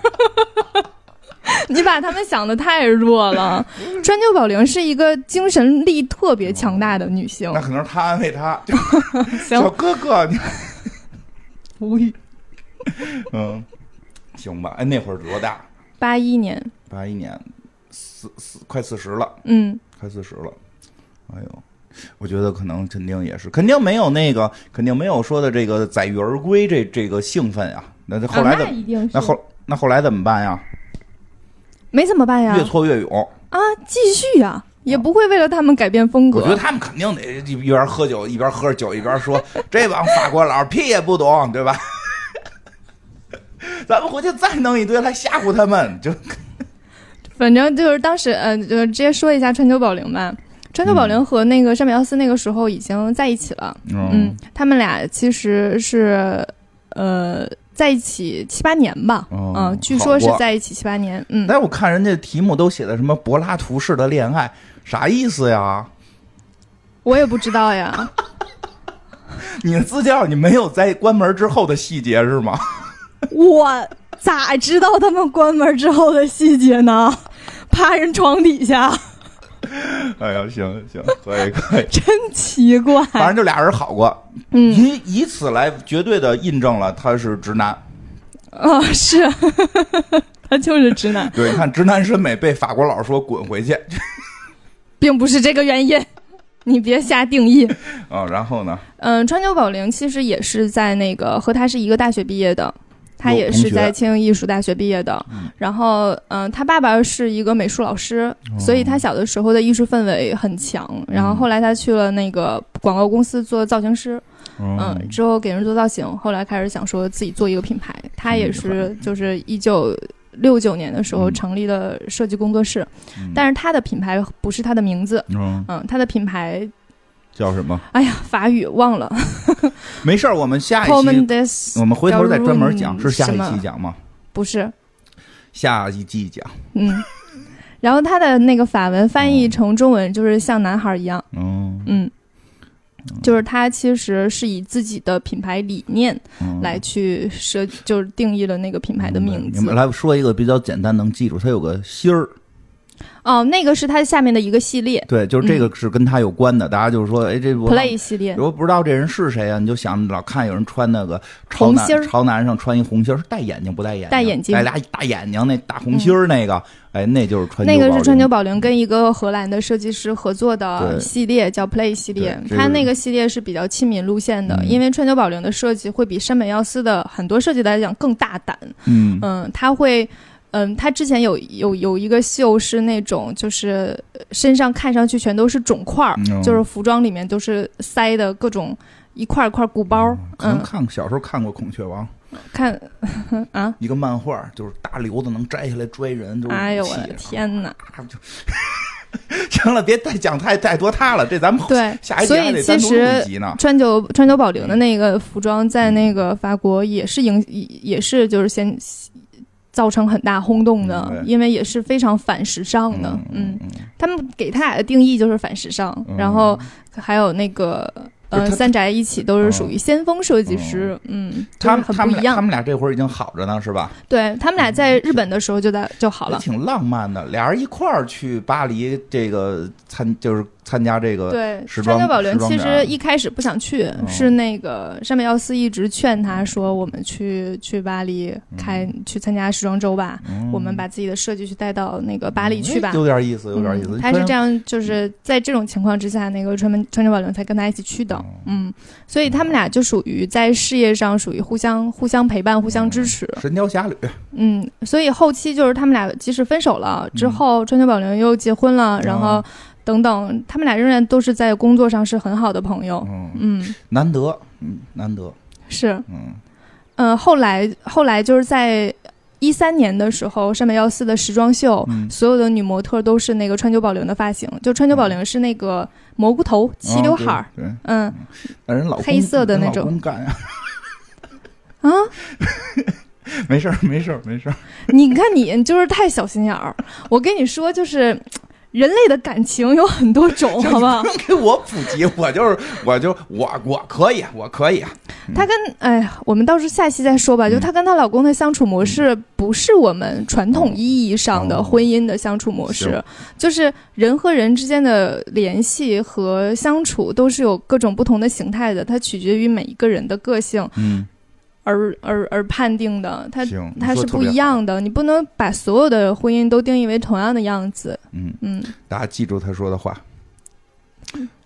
A: 你把他们想的太弱 了。川久保玲是一个精神力特别强大的女性
B: 那。可能是他安慰她，就
A: 行
B: 小，哥哥，你
A: 无语。
B: 嗯，行吧？哎，那会儿多大？
A: 八一年，
B: 八一年，四四快四十了。
A: 嗯，
B: 快四十了，哎呦，我觉得可能肯定也是，肯定没有那个，肯定没有说的这个载誉而归这这个兴奋啊。那这后来
A: 啊
B: 怎
A: 那
B: 么？
A: 一定是
B: 那后那后来怎么办呀？
A: 没怎么办呀
B: 越？挫越勇。
A: 啊，继续呀、也不会为了他们改变风
B: 我觉得
A: 格。
B: 他们肯定得一边喝酒一边喝着酒一边说，这帮法国佬屁也不懂，对吧？ 咱们回去再弄一堆来吓唬他们，就
A: 嗯反正就是当时，呃，就直接说一下川久保玲吧。川久保
B: 嗯
A: 玲和那个山本耀司那个时候已经在一起了，
B: 哦
A: 嗯，他们俩其实是，呃，在一起七八年吧，
B: 哦
A: 嗯、据说是
B: 好过
A: 在一起七八年，嗯，
B: 但我看人家题目都写的什么柏拉图式的恋爱，啥意思呀？
A: 我也不知道 呀，
B: 你的资料你没有在关门之后的细节是吗？
A: 我咋知道他们关门之后的细节呢？趴人床底下，
B: 哎呀，行行，可 以可以，
A: 真奇怪。
B: 反正就俩人好过，
A: 嗯
B: 以 以
A: 哦
B: 此来绝对的印证了他是直男。
A: 啊、是，他就是直男，
B: 对，你看直男审美被法国佬说滚回去
A: 并不是这个原因， 你别瞎定义。
B: 啊、然后呢，
A: 嗯，川久保玲其实也是在那个和他是一个大学毕业的，他
B: 有
A: 也
B: 同
A: 是
B: 学
A: 在庆应艺术大学毕业的。
B: 嗯
A: 然后，嗯，他爸爸是一个美术老师，
B: 哦
A: 所以他小的时候的艺术氛围很强。然
B: 嗯
A: 后后来他去了那个广告公司做造型师，嗯，之后给人做造型，后来开始想说自己做一个品牌。他也是就是一九。六九年的时候
B: 嗯
A: 成立的设计工作室，
B: 嗯
A: 但是他的品牌不是他的名字，
B: 嗯，
A: 嗯，他的品牌，
B: 叫什么？
A: 哎呀，法语忘了
B: 没事儿，我们下
A: c o
B: 一
A: m m
B: 期
A: n des
B: 我们回头再专门讲，
A: 叫
B: 是下
A: 什
B: 一
A: 么
B: 期讲吗？
A: 不是，
B: 下一季讲。
A: 嗯。然后他的那个法文翻译成中文就是像男孩一样，
B: 嗯，
A: 嗯，就是他其实是以自己的品牌理念
B: 嗯
A: 来去设，就是定义了那个品牌的名
B: 明白
A: 字。
B: 嗯来说一个比较简单能记住，它有个心儿，
A: 哦，那个是他下面的一个系列
B: 对，就是这个是跟它有关的。大家就是说，哎，这我
A: 嗯，Play 系列，
B: 我不知道这人是谁啊，你就想老看有人穿那个朝
A: 红心
B: 南
A: 儿
B: 朝南上穿一红心儿，是戴眼睛不戴眼睛？
A: 戴眼睛
B: 戴俩大眼睛那大红心儿那个，哎，那就是川久
A: 那个
B: 保
A: 是川
B: 玲
A: 久保玲跟一个荷兰的设计师合作的
B: 对
A: 系列，叫 Play 系列。
B: 对这个
A: 它那个系列是比较亲民路线的，
B: 嗯
A: 因为川久保玲的设计会比山本耀司的很多设计来讲更大胆。
B: 嗯
A: 嗯，他会。嗯，他之前有有有一个秀是那种，就是呃身上看上去全都是肿块儿，
B: 嗯
A: 就是服装里面都是塞的各种一块儿一块儿鼓包儿。
B: 可能
A: 嗯，
B: 看小时候看过《孔雀王》
A: 看啊，
B: 一个漫画，就是大瘤子能摘下来拽人，就是
A: 哎呦
B: 武器
A: 我的天哪！
B: 啊就 行了，别再讲太太多他了，这咱们后
A: 对
B: 下，一集
A: 所
B: 还
A: 以
B: 得
A: 其
B: 单独录
A: 实
B: 一集呢。
A: 川久川久保玲
B: 嗯
A: 的那个服装在那个法国也是影也是就是先造成很大轰动的，
B: 嗯对
A: 因为也是非常反时尚的。嗯，
B: 嗯，
A: 他们给他俩的定义就是反时尚，
B: 嗯
A: 然后还有那个
B: 不
A: 呃
B: 是他嗯
A: 三宅一起都是属于先锋设计师，嗯，
B: 他们
A: 就是
B: 他
A: 很
B: 们
A: 不一
B: 俩他
A: 样。
B: 们嗯俩这会儿已经好着呢，是吧？
A: 对他们俩在日本的时候就在就好
B: 也
A: 了。
B: 挺浪漫的，俩人一块儿去巴黎，这个参就是参加这个，
A: 对，
B: 时
A: 川久
B: 装
A: 保玲
B: 时装
A: 其
B: 展哦
A: 实一开始不想去，是那个山本耀司一直劝他说：“我们去去巴黎
B: 嗯
A: 开、去参加时装周吧，我们把自己的设计去带到那个巴黎去吧。
B: 有点意嗯思，有点意思。嗯
A: 嗯他是这
B: 样，
A: 样，就是在这种情况之下，那个川本川久保玲才跟他一起去
B: 哦
A: 的，嗯，所以他们俩就属于在事业上属于互相互相陪伴、互相
B: 哦
A: 支持，
B: 《神雕侠侣》
A: 嗯，所以后期就是他们俩即使分手
B: 嗯
A: 了之后，川久保玲又结婚
B: 哦
A: 了，嗯然后等等，他们俩仍然都是在工作上是很好的朋友，
B: 嗯，
A: 嗯，
B: 难得，嗯，难得，
A: 是，
B: 嗯
A: 嗯，后来后来就是在一三年的时候，山本耀司的时装秀，
B: 嗯
A: 所有的女模特都是那个川久保玲的发型，就川久保玲是那个蘑菇头、齐刘海儿，
B: 哦，对，对
A: 嗯
B: 但人老公
A: 黑色的那种
B: 人老公干啊，
A: 啊，
B: 没事儿，没事儿，没事儿，
A: 你看你，你就是太小心眼儿。我跟你说，就是人类的感情有很多 种，
B: 行
A: 好不好
B: 你？不用给我普及，我就是，我就，我我可以，啊我可以，
A: 她跟哎呀，我们到时候下期再说
B: 嗯
A: 吧。就她跟她老公的相处模式，不是我们传统意义上的
B: 哦
A: 婚姻的相处模式
B: 行，
A: 就是人和人之间的联系和相处都是有各种不同的形态的，它取决于每一个人的个性
B: 嗯，
A: 而而而判定的。它
B: 行，
A: 它
B: 你说
A: 是
B: 得特
A: 不
B: 别
A: 一样的，你不能把所有的婚姻都定义为同样的样子。
B: 好，嗯，
A: 嗯，
B: 大家记住他说的话，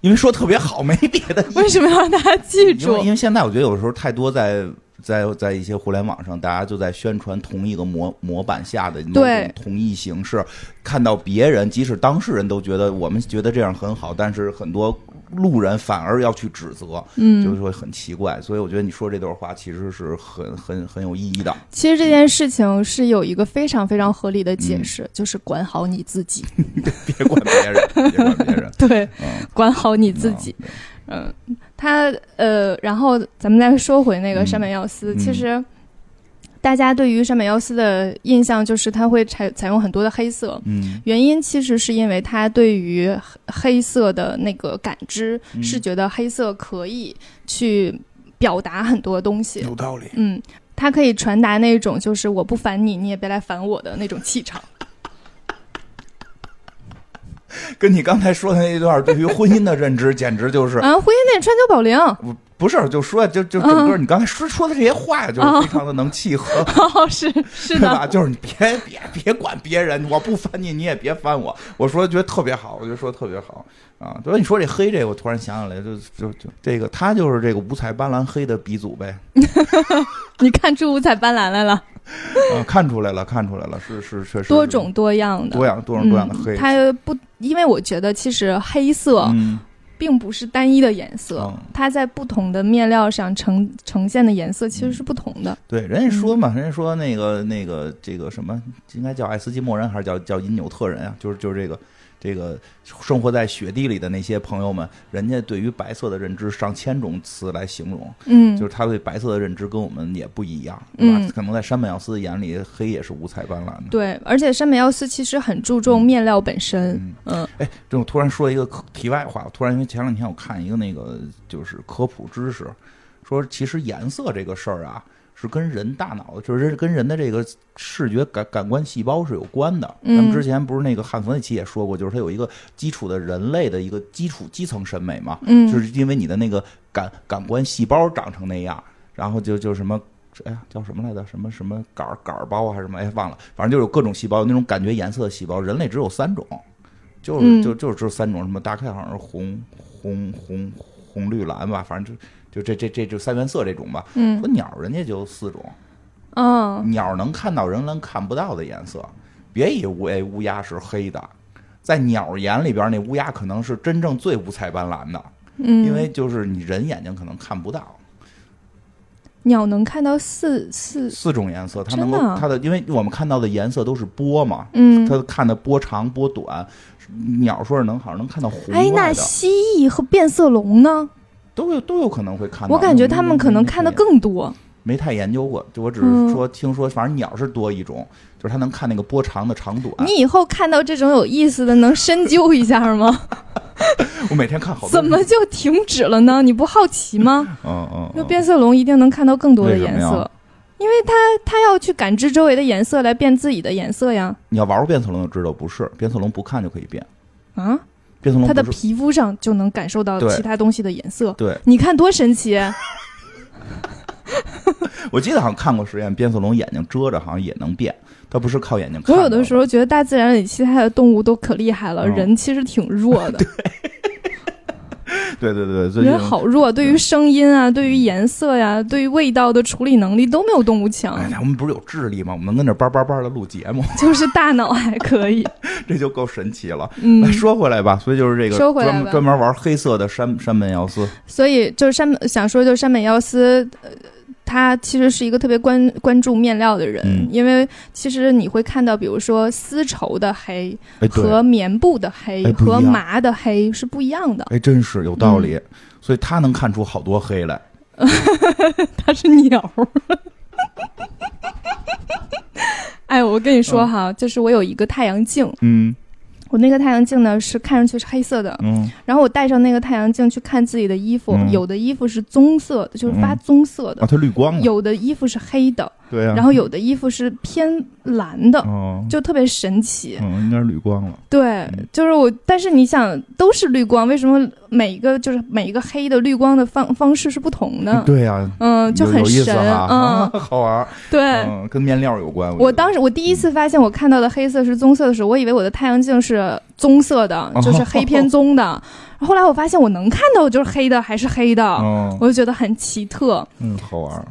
B: 因为说得特别好，没别的意思
A: 为什么要让大家记
B: 嗯因为因
A: 住？
B: 为现在我觉得有时候太多在在在一些互联网上，大家就在宣传同一个模模板下的某
A: 对
B: 种同一形式，看到别人，即使当事人都觉得我们觉得这样很好，但是很多路人反而要去指责，
A: 嗯，
B: 就是会很奇怪。所以我觉得你说这段话其实是很很很有意义 的。
A: 其实这件事情是有一个非常非常合理的
B: 嗯
A: 解释，就是管好你自己。
B: 别管别人，别管别人，
A: 对，
B: 嗯，
A: 管好你自己。嗯，他呃，然后咱们再说回那个
B: 嗯
A: 山本耀司，
B: 嗯
A: 其实。大家对于山本耀司的印象就是他会采采用很多的黑色，
B: 嗯，
A: 原因其实是因为他对于黑黑色的那个感知，
B: 嗯
A: 是觉得黑色可以去表达很多东西。
B: 有道理。
A: 嗯，他可以传达那种就是我不烦你，你也别来烦我的那种气场。
B: 跟你刚才说的那一段对于婚姻的认知，简直就是
A: 啊，婚姻那川久保玲，
B: 不不是，就说就就整
A: 嗯
B: 个你刚才说说的这些话，就是非常的能 契合，
A: 哦，是是
B: 对
A: 嗯的，
B: 吧？就是你别别别管别人，我不烦你，你也别烦我。我说觉得特别好，我觉得说得特别好啊。所以你说这黑这个，我突然想起来，就就就这个，他就是这个五彩斑斓黑的鼻祖呗。
A: 你看出五彩斑斓来了，
B: 啊，看出来了，看出来了，是是确实是
A: 多种多样的，
B: 多样多种多样的
A: 嗯。。
B: 黑
A: 它不，因为我觉得其实黑色
B: 嗯，
A: 并不是单一的颜色，
B: 嗯
A: 它在不同的面料上呈呈现的颜色其实是不同的。
B: 对，人家
A: 嗯
B: 说嘛，人家说那个那个这个什么，应该叫爱斯基摩人还是叫叫因纽特人啊？就是就是这个这个生活在雪地里的那些朋友们，人家对于白色的认知上千种词来形容，
A: 嗯，
B: 就是他对白色的认知跟我们也不一样，对吧？
A: 嗯
B: 可能在山本耀司的眼里，黑也是五彩斑斓的。
A: 对，而且山本耀司其实很注重面料本身。嗯
B: 哎，这我突然说一个科题外话，我突然因为前两天我看一个那个就是科普知识，说其实颜色这个事儿啊，是跟人大脑，就是跟人的这个视觉感感官细胞是有关的。咱们
A: 嗯
B: 之前不是那个汉服那期也说过，就是它有一个基础的人类的一个基础基层审美嘛，
A: 嗯，
B: 就是因为你的那个感感官细胞长成那样，然后就就什么。哎呀，叫什么来着？什么什么杆儿杆儿包啊，还是什么？哎，忘了。反正就有各种细胞，有那种感觉颜色的细胞，人类只有三种，就是、
A: 嗯
B: 就就是这三种，什么大概好像是红红红红绿蓝吧，反正就就这这这就三原色这种吧。
A: 嗯
B: 说鸟儿人家就四种，
A: 嗯
B: 鸟儿能看到人类看不到的颜色。别以为乌鸦是黑的，在鸟儿眼里边，那乌鸦可能是真正最五彩斑斓的。
A: 嗯，
B: 因为就是你人眼睛可能看不到
A: 鸟能看到四四
B: 四种颜色，
A: 嗯
B: 它
A: 真的
B: 能够
A: 啊
B: 它的，因为我们看到的颜色都是波嘛，
A: 嗯，
B: 它看的波长波短，鸟说是能好像能看到红
A: 哎，那
B: 外的，
A: 蜥蜴和变色龙呢？
B: 都有都有可能会看到。
A: 我感觉他们可能看的更嗯多。
B: 没太研究过，就我只是说听说，反正鸟是多一种，就是它能看那个波长的长短。
A: 你以后看到这种有意思的，能深究一下吗？
B: 我每天看好多，
A: 怎么就停止了呢？你不好奇 吗？
B: 嗯嗯，
A: 那
B: 嗯
A: 变色龙一定能看到更多的颜
B: 为什么呀
A: 色，因为它它要去感知周围的颜色来变自己的颜色呀。
B: 你要玩过变色龙就知道不是，变色龙不看就可以变，
A: 啊，
B: 变色龙
A: 它的
B: 不是
A: 皮肤上就能感受到
B: 对
A: 其他东西的颜色。
B: 对，
A: 你看多神奇！啊
B: 我记得好像看过实验，变色龙眼睛遮着好像也能变，它不是靠眼睛看
A: 我
B: 到。
A: 有的时候觉得大自然里其他的动物都可厉害了，
B: 嗯
A: 人其实挺弱 的，
B: 对对对，最近
A: 人好弱，对于声音啊，对于颜色呀、对于味道的处理能力都没有动物强
B: 哎，呀，我们不是有智力吗？我们能跟这叭叭叭的录节目，
A: 就是大脑还可以。
B: 这就够神奇了。
A: 嗯
B: 来， 说回来吧，所以就是这个
A: 说回来
B: 专门
A: 吧
B: 专门玩黑色的山山本耀司，
A: 所以就是山本想说，就是山本耀司，呃，他其实是一个特别关关注面料的人，
B: 嗯
A: 因为其实你会看到，比如说丝绸的黑
B: 哎，对，
A: 和棉布的黑、
B: 哎不一样
A: 和麻的黑是不一样 的。
B: 哎，真是有道
A: 嗯
B: 理。所以他能看出好多黑来，
A: 它是鸟。 哎，我跟你说哈，就是我有一个太阳镜，
B: 嗯
A: 我那个太阳镜呢是看上去是黑色的，
B: 嗯，
A: 然后我戴上那个太阳镜去看自己的衣服，
B: 嗯
A: 有的衣服是棕色的，就是发
B: 嗯
A: 棕色的
B: 啊，；它绿光了，
A: 有的衣服是黑的，
B: 对啊，
A: 然后有的衣服是偏蓝的，
B: 哦，
A: 就特别神奇。
B: 嗯，应该是绿光了，
A: 对，就是我，但是你想，都是绿光，为什么每一个就是每一个黑的绿光的方方式是不同的？
B: 对呀，
A: 嗯，就
B: 有
A: 很
B: 有意思
A: 神，
B: 哈，
A: 嗯，
B: 好玩，
A: 对。
B: 嗯，跟面料有关。
A: 我
B: 觉得哦
A: 当时我第一次发现我看到的黑色是棕色的时候，我以为我的太阳镜是棕色的，就是黑偏棕 的。后来我发现我能看到就是黑的还是黑的，
B: 嗯
A: 我就觉得很奇特。
B: 嗯，好玩，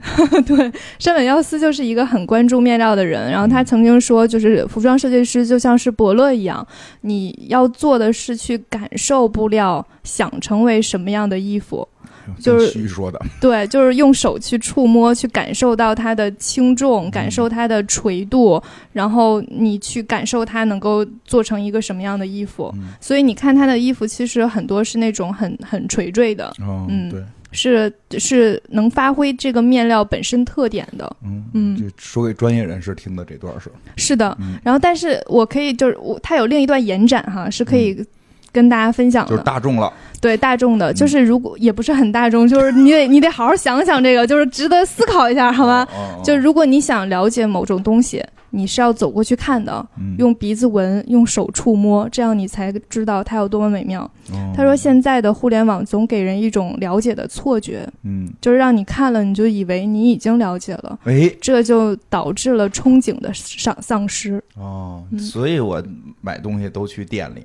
A: 对，山本耀司就是一个很关注面料的人。然后他曾经说，就是服装设计师就像是伯乐一样，你要做的是去感受布料，想成为什么样的衣服。 就是
B: 虚说的，
A: 对，就是用手去触摸，去感受到它的轻重，感受它的垂度，然后你去感受它能够做成一个什么样的衣服。
B: 嗯
A: 所以你看他的衣服，其实很多是那种很很垂坠的，
B: 哦
A: 嗯
B: 对，
A: 是是能发挥这个面料本身特点的。
B: 嗯
A: 嗯
B: 这说给专业人士听的这段是，
A: 是的，
B: 嗯
A: 然后但是我可以就是我，它有另一段延展哈，是可以跟大家分享
B: 嗯就是
A: 的。
B: 大嗯众了，
A: 对大众的，就是如果也不是很大众，就是你得你得好好想想这个，就是值得思考一下，好吧？
B: 哦？哦
A: 就
B: 哦
A: 如果你想了解某种东西，你是要走过去看的，
B: 嗯
A: 用鼻子闻，用手触摸，这样你才知道它有多么美妙。
B: 哦
A: 他说现在的互联网总给人一种了解的错觉，
B: 嗯，
A: 就是让你看了你就以为你已经了解了，
B: 哎
A: 这就导致了憧憬的丧丧失。
B: 哦，
A: 嗯
B: 所以我买东西都去店里，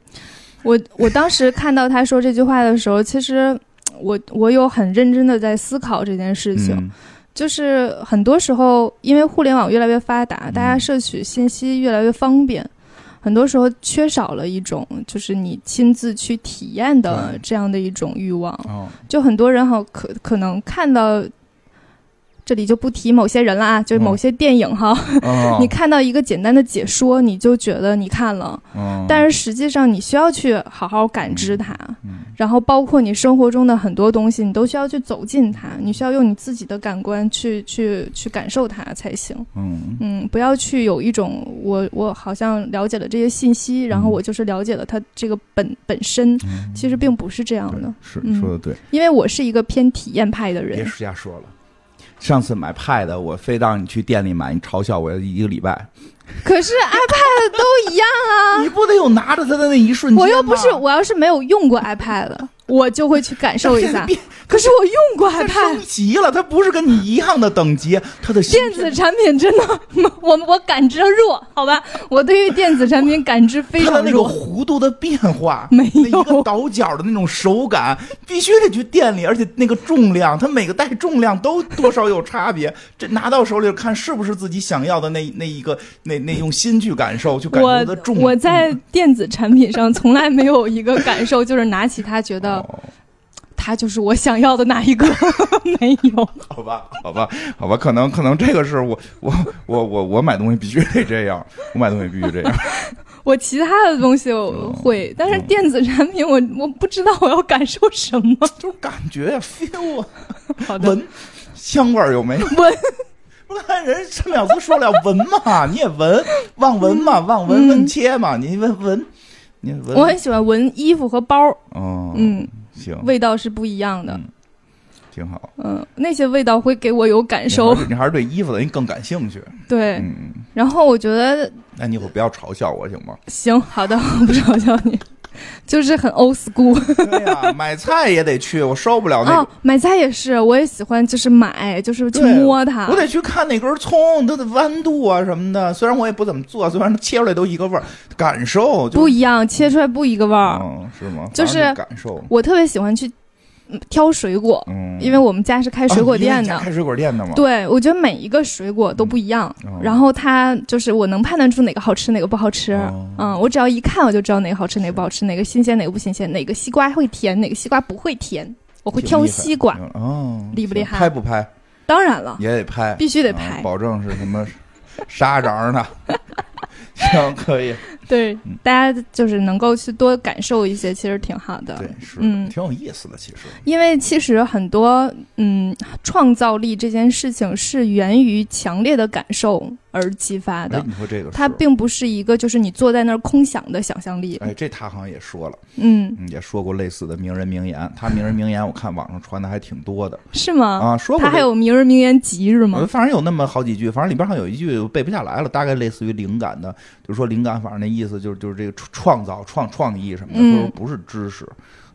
A: 我我当时看到他说这句话的时候，其实我我有很认真的在思考这件事情，
B: 嗯
A: 就是很多时候因为互联网越来越发达，
B: 嗯
A: 大家摄取信息越来越方便。很多时候缺少了一种，就是你亲自去体验的
B: 对
A: 这样的一种欲望。
B: 哦，
A: 就很多人好可可能看到这里就不提某些人了啊，就是某些电影哈，
B: 嗯 哦
A: 你看到一个简单的解说，你就觉得你看了，
B: 哦
A: 但是实际上你需要去好好感知它，
B: 嗯
A: 然后包括你生活中的很多东西，你都需要去走进它，你需要用你自己的感官去去去感受它才行。
B: 嗯
A: 嗯，不要去有一种我我好像了解了这些信息，然后我就是了解了它这个本本身，
B: 嗯
A: 其实并不是这样
B: 对
A: 的。
B: 是
A: 嗯
B: 说的对，
A: 因为我是一个偏体验派的
B: 别
A: 人，
B: 瞎说了。上次买 Pad，我非让你去店里买，你嘲笑我一个礼拜。
A: 可是 iPad 都一样 啊。
B: 你不得有拿着它的那一瞬间吗？
A: 我又不是，我要是没有用过 iPad，我就会去感受 一下
B: 这。
A: 可是我用过
B: 它
A: iPad，
B: 升级了，它不是跟你一样的等级，它的芯
A: 电子产品真的， 我我感知弱，好吧？我对于电子产品感知非
B: 它的
A: 常
B: 那个
A: 弱。
B: 弧度的变化，
A: 没
B: 那一个
A: 有
B: 倒角的那种手感，必须得去店里，而且那个重量，它每个带重量都多少有差别。这拿到手里看是不是自己想要的那那一个那那用心去感受，去感受它的重
A: 我我在电子产品上从来没有一个感受，就是拿起它觉得
B: 哦
A: 它就是我想要的那一个， 没有。
B: 好吧，好吧，好吧，可能可能这个是我我我我我买东西必须得这样，我买东西必须这样。
A: 我其他的东西
B: 哦
A: 我会，但是电子产品我我不知道我要感受什么。
B: 就是感觉呀 feel 啊，
A: 好的，
B: 闻香味儿有没有？
A: 闻
B: 不是看人陈淼不说了，闻 嘛，你也闻，望闻嘛，望闻问切嘛，你闻闻，你
A: 嗯
B: 闻。
A: 我很喜欢闻衣服和包，
B: 哦，，
A: 嗯，
B: 行，
A: 味道是不一样的
B: 嗯，挺好。
A: 嗯，那些味道会给我有感
B: 你
A: 受
B: 还，是你还是对衣服的人更感兴趣。
A: 对。
B: 嗯，嗯
A: 然后我觉得
B: 那你以后不要嘲笑 我行吗？
A: 行，好的，我不嘲笑你，就是很 old school
B: 对呀，买菜也得去，我受不了那
A: 哦
B: 个。。
A: 买菜也是，我也喜欢，就是买，就是去摸它
B: 我。得去看那根葱，它的弯度啊什么的。虽然我也不怎么做，虽然它切出来都一个味儿，感受就
A: 不一样，切出来不一个味儿。
B: 嗯，是吗？
A: 就是
B: 反正感受，
A: 我特别喜欢去嗯挑水果，
B: 嗯，
A: 因为我们家是开水果
B: 哦
A: 店
B: 你
A: 的。
B: 家开水果店的嘛，
A: 对，我觉得每一个水果都不一样，
B: 哦
A: 然后它就是我能判断出哪个好吃，哪个不好吃。
B: 哦
A: 嗯，我只要一看我就知道哪个好吃，哪个不好吃，哪个新鲜，哪个不新鲜，哪个西瓜会甜，哪个西瓜不会甜。我会
B: 挺
A: 挑
B: 厉害
A: 西瓜，
B: 挺哦，
A: 厉不厉
B: 行
A: 害
B: 拍不拍
A: 当然了，
B: 也得拍，
A: 必须得
B: 啊
A: 拍。
B: 保证是什么沙瓤的。 行，可以，
A: 对
B: 嗯，
A: 大家就是能够去多感受一些，其实挺好的。
B: 对，是，
A: 嗯
B: 挺有意思的，其实，
A: 因为其实很多嗯，创造力这件事情是源于强烈的感受而激发
B: 哎
A: 的，
B: 你说这个是，
A: 它并不是一个就是你坐在那儿空想的想象力。
B: 哎，这他好像也说了，
A: 嗯，
B: 嗯也说过类似的名人名言，他名人名言我看网上传的还挺多的
A: 是吗？
B: 啊，说过
A: 它嗯还
B: 这个
A: 有名人名言集是
B: 呃
A: 吗？
B: 反正有那么好几句，反正里边还有一句我背不下来了，大概类似于灵感的，就是说灵感，反正那意思就是就是这个创创造、创创意什么的，
A: 嗯
B: 就是不是知识，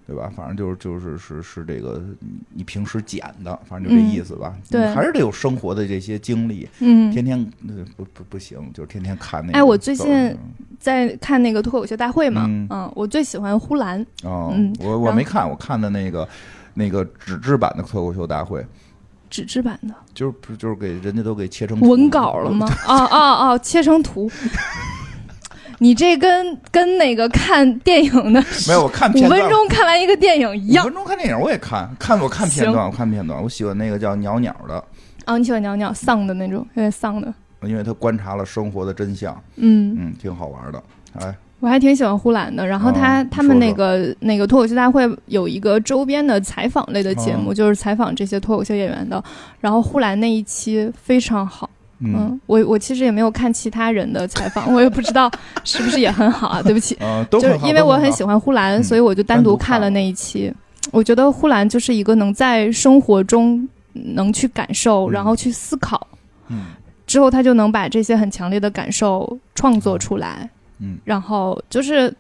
B: 对吧？反正就是就是是是这个你你平时捡的，反正就这意思吧。
A: 嗯对
B: 你还是得有生活的这些经历，
A: 嗯，
B: 天天、呃不不不行，就是天天看那个。嗯
A: 哎我最
B: 走
A: 近在看那个脱口秀大会嘛，
B: 嗯
A: 嗯，我最喜欢呼兰，
B: 哦，
A: 嗯
B: 我
A: 然
B: 我
A: 后
B: 没看，我看的那个那个纸质版的脱口秀大会，
A: 纸质版的
B: 就是不就是给人家都给切成
A: 文
B: 图
A: 稿了吗？
B: 嗯
A: 哦哦哦，切成图。 你这跟跟那个看电影的
B: 没有，我看片
A: 五
B: 段
A: 分钟看完一个电影一
B: 五
A: 样
B: 分钟看电影我也看，看我看片段，
A: 行
B: 我看片段，我喜欢那个叫袅袅的，
A: 啊！你喜欢袅袅丧的那种，有点丧的。
B: 因为他观察了生活的真相，
A: 嗯，
B: 嗯，挺好玩的。哎，
A: 我还挺喜欢呼兰的。然后他、
B: 哦
A: 他们
B: 你
A: 那
B: 说
A: 个那个脱口秀大会有一个周边的采访类的节
B: 哦
A: 目，就是采访这些脱口秀演员的。然后呼兰那一期非常好。
B: 嗯，
A: 嗯，我我其实也没有看其他人的采 访，我也不知道是不是也很好啊。对不起，
B: 呃，都
A: 就是
B: 好
A: 因为
B: 都
A: 我很
B: 好
A: 喜欢呼兰，
B: 嗯
A: 所以我就单
B: 单独
A: 独
B: 看
A: 看了
B: 了
A: 那一期。我觉得呼兰就是一个能在生活中能去感受，
B: 嗯
A: 然后去思考
B: 嗯
A: 之后他就能把这些很强烈的感受创作出来。
B: 嗯
A: 然后就是，